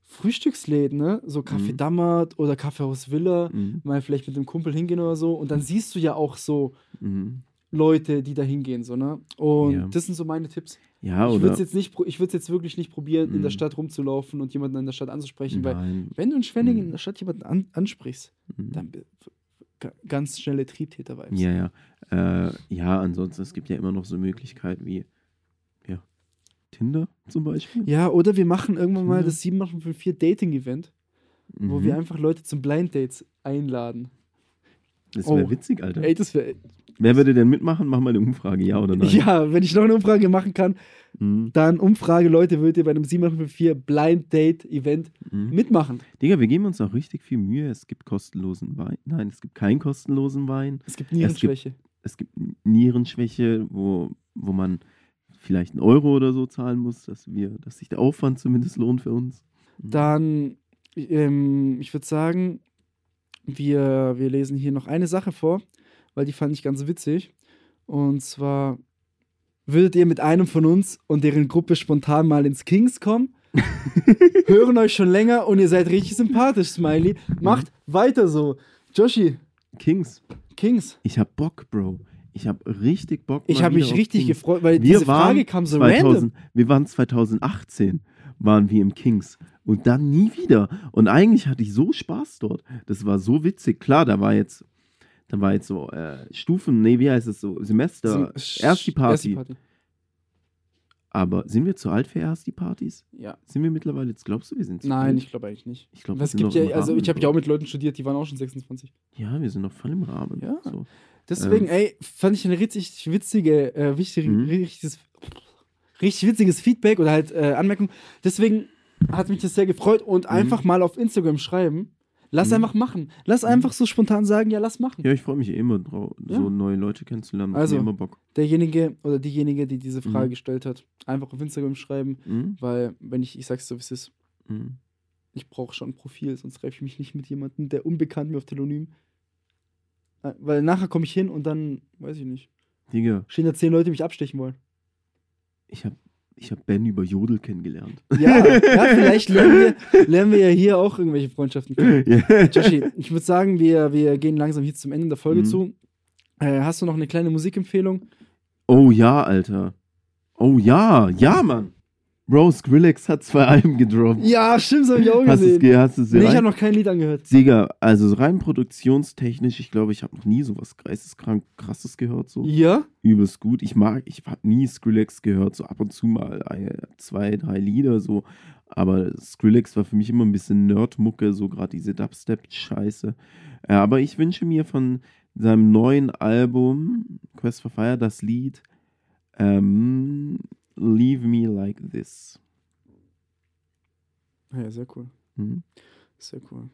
C: Frühstücksläden, ne? So Café
D: Mhm.
C: Dammert oder Kaffeehaus Villa.
D: Mhm.
C: Mal vielleicht mit dem Kumpel hingehen oder so. Und dann siehst du ja auch so
D: Mhm.
C: Leute, die da hingehen, so, ne? Und
D: Ja.
C: das sind so meine Tipps.
D: Ja,
C: Ich würde
D: oder?
C: es jetzt nicht, pro- ich würde jetzt wirklich nicht probieren, in der
D: Mhm.
C: Stadt rumzulaufen und jemanden in der Stadt anzusprechen, weil
D: Nein.
C: wenn du in Schwenningen
D: Mhm.
C: in der Stadt jemanden an, ansprichst,
D: Mhm.
C: dann bi- g- ganz schnelle Triebtäter-Vibes.
D: Ja, ja. Äh, ja, ansonsten, es gibt ja immer noch so Möglichkeiten wie ja, Tinder zum Beispiel.
C: Ja, oder wir machen irgendwann mal
D: Mhm.
C: das 754 Dating Event, wo
D: Mhm.
C: wir einfach Leute zum Blind Dates einladen.
D: Das wäre
C: Oh.
D: witzig, Alter.
C: Ey, das wäre.
D: Wer würde denn mitmachen? Mach mal eine Umfrage, ja oder nein?
C: Ja, wenn ich noch eine Umfrage machen kann,
D: Mhm.
C: dann Umfrage, Leute, würdet ihr bei einem 754 Blind Date Event
D: Mhm.
C: mitmachen?
D: Digga, wir geben uns auch richtig viel Mühe. Es gibt kostenlosen Wein. Nein, es gibt keinen kostenlosen Wein.
C: Es gibt Nierenschwäche.
D: Es gibt Nierenschwäche, wo, wo man vielleicht einen Euro oder so zahlen muss, dass wir, dass sich der Aufwand zumindest lohnt für uns. Mhm.
C: Dann, ähm, ich würde sagen, wir, wir lesen hier noch eine Sache vor, weil die fand ich ganz witzig. Und zwar, würdet ihr mit einem von uns und deren Gruppe spontan mal ins Kings kommen? Hören euch schon länger und ihr seid richtig sympathisch, Smiley.
D: Mhm.
C: Macht weiter so. Joshi,
D: Kings,
C: Kings.
D: ich hab Bock, Bro. Ich hab richtig Bock.
C: Ich
D: mal
C: habe mich
D: wieder auf
C: richtig
D: Kings.
C: gefreut, weil
D: Wir
C: Äh, diese
D: waren
C: Frage kam so random.
D: 2000, wir waren 2018, waren wir im Kings und dann nie wieder. Und eigentlich hatte ich so Spaß dort. Das war so witzig. Klar, da war jetzt, da war jetzt so äh, Stufen, nee, wie heißt es so, Semester,
C: Sch-
D: erst die Party.
C: erste
D: Aber sind wir zu alt für erst die Partys?
C: Ja.
D: Sind wir mittlerweile, jetzt glaubst du, wir sind zu
C: Nein,
D: alt?
C: ich glaube eigentlich nicht.
D: Also Ich glaub, wir
C: Was
D: sind
C: gibt
D: noch im
C: ja, also ich habe
D: Rahmen,
C: ja auch
D: oder?
C: mit Leuten studiert, die waren auch schon 26.
D: Ja, wir sind noch voll im Rahmen.
C: Ja.
D: So.
C: Deswegen,
D: Ähm.
C: ey, fand ich ein richtig witzige, äh, wichtig,
D: Mhm.
C: richtiges, richtig witziges Feedback oder halt äh, Anmerkung. Deswegen hat mich das sehr gefreut und einfach mal auf Instagram schreiben. Lass
D: Mhm.
C: einfach machen. Lass einfach so spontan sagen, ja, lass machen.
D: Ja, ich freue mich eh immer drauf,
C: Ja.
D: so neue Leute kennenzulernen. Macht
C: Also.
D: mir immer Bock.
C: Derjenige oder diejenige, die diese Frage
D: Mhm.
C: gestellt hat, einfach auf Instagram schreiben,
D: Mhm.
C: weil wenn ich, ich sag's so, wie es ist,
D: Mhm.
C: ich brauche schon ein Profil, sonst treffe ich mich nicht mit jemandem, der unbekannt mir auf Telonym. Äh, Weil nachher komme ich hin und dann, weiß ich nicht,
D: Digga,
C: stehen da zehn Leute, die mich abstechen wollen.
D: ich habe ich hab Ben über Jodel kennengelernt.
C: Ja, ja vielleicht lernen wir, lernen wir ja hier auch irgendwelche Freundschaften kennen.
D: Ja.
C: Joshi, ich würde sagen, wir, wir gehen langsam hier zum Ende der Folge
D: Mhm.
C: zu. Äh, hast du noch eine kleine Musikempfehlung?
D: Oh ja, Alter. Oh ja, ja, Mann. Bro, Skrillex hat zwei Alben gedroppt.
C: Ja, stimmt, das habe ich auch
D: hast du es
C: gesehen.
D: ge- hast du es
C: nee, ich
D: rein-
C: habe noch kein Lied angehört.
D: Digga, also rein produktionstechnisch, ich glaube, ich habe noch nie sowas geisteskrank krasses gehört, so
C: Ja?
D: übelst gut. Ich mag, ich habe nie Skrillex gehört, so ab und zu mal ein, zwei, drei Lieder so, aber Skrillex war für mich immer ein bisschen Nerdmucke, so gerade diese Dubstep-Scheiße. Äh, aber ich wünsche mir von seinem neuen Album Quest for Fire das Lied ähm, Leave Me Like This.
C: Ah Ja, sehr cool.
D: Hm?
C: Sehr cool.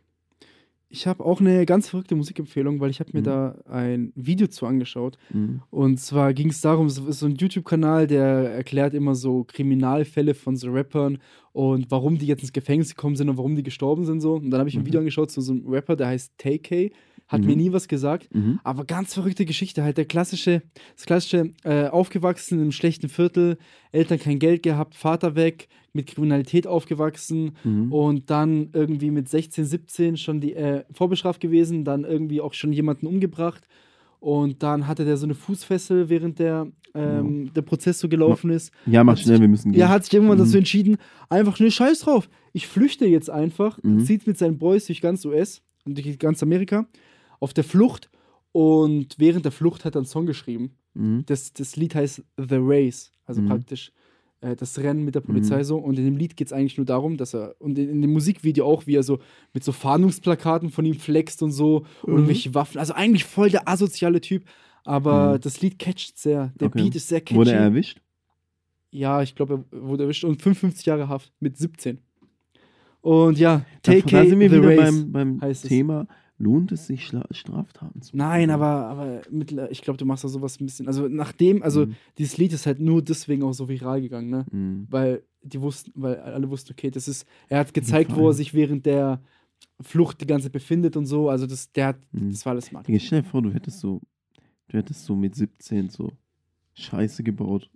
C: Ich habe auch eine ganz verrückte Musikempfehlung, weil ich habe mir
D: Mhm.
C: da ein Video zu angeschaut.
D: Hm?
C: Und zwar ging es darum, so ist so ein YouTube-Kanal, der erklärt immer so Kriminalfälle von so Rappern und warum die jetzt ins Gefängnis gekommen sind und warum die gestorben sind so. Und dann habe ich ein
D: Mhm.
C: Video angeschaut zu so einem Rapper, der heißt TK, hat
D: Mhm.
C: mir nie was gesagt.
D: Mhm.
C: Aber ganz verrückte Geschichte, halt der klassische, das klassische, äh, aufgewachsen im schlechten Viertel, Eltern kein Geld gehabt, Vater weg, mit Kriminalität aufgewachsen,
D: Mhm.
C: und dann irgendwie mit 16, 17 schon die äh, vorbestraft gewesen, dann irgendwie auch schon jemanden umgebracht und dann hatte der so eine Fußfessel, während der, ähm, der Prozess so gelaufen ist.
D: Ja, mach
C: Hat
D: schnell,
C: sich-
D: wir müssen gehen.
C: Ja, hat sich irgendwann
D: Mhm.
C: dazu entschieden, einfach ne Scheiß drauf. Ich flüchte jetzt einfach,
D: Mhm.
C: zieht mit seinen Boys durch ganz US und durch ganz Amerika auf der Flucht und während der Flucht hat er einen Song geschrieben
D: mhm.
C: das, das Lied heißt The Race, also
D: Mhm.
C: praktisch äh, das Rennen mit der Polizei
D: Mhm.
C: so. Und in dem Lied geht es eigentlich nur darum, dass er, und in, in dem Musikvideo auch, wie er so mit so Fahndungsplakaten von ihm flext und so und
D: Mhm.
C: irgendwelche Waffen. Also eigentlich voll der asoziale Typ, aber
D: Mhm.
C: das Lied catcht sehr. Der
D: Okay.
C: Beat ist sehr catchy.
D: Wurde er erwischt?
C: ja, ich glaube, er wurde erwischt und 55 Jahre Haft mit 17. Und ja,
D: Da-
C: Take
D: da sind wir
C: The
D: wieder
C: Race.
D: beim, beim
C: heißt es.
D: Thema, lohnt es sich, Schla Straftaten zu
C: Nein,
D: begehen?
C: aber, aber mittler- ich glaube, du machst da sowas ein bisschen. Also, nachdem, also,
D: Mhm.
C: dieses Lied ist halt nur deswegen auch so viral gegangen, ne?
D: Mhm.
C: weil die wussten, weil alle wussten, okay, das ist, er hat gezeigt,
D: Fall.
C: wo er sich während der Flucht die ganze befindet und so. Also das, der hat,
D: Mhm.
C: das war alles Mark.
D: Digga, stell dir vor, du hättest so, du hättest so mit 17 so Scheiße gebaut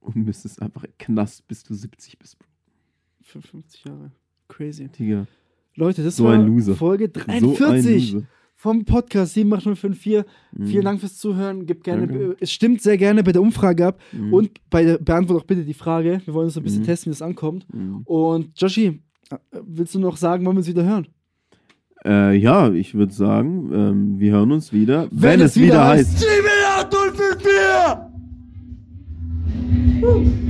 D: und müsstest einfach in den Knast, bis du 70 bist, Bro.
C: 55 Jahre. Crazy.
D: Digga.
C: Leute, das
D: So
C: war
D: ein Loser.
C: Folge
D: So ein
C: 43
D: Loser.
C: vom Podcast 78554.
D: Mhm.
C: Vielen Dank fürs Zuhören. Gebt gerne, äh,
D: Danke.
C: es stimmt sehr gerne bei der Umfrage ab
D: Mhm.
C: und bei der, beantwortet auch bitte die Frage. Wir wollen uns ein bisschen
D: Mhm.
C: testen, wie das ankommt.
D: Mhm.
C: Und Joshi, äh, willst du noch sagen, wann wir uns wieder hören?
D: Äh, ja, ich würde sagen, ähm, wir hören uns wieder, wenn, es wieder heißt.
C: 78554!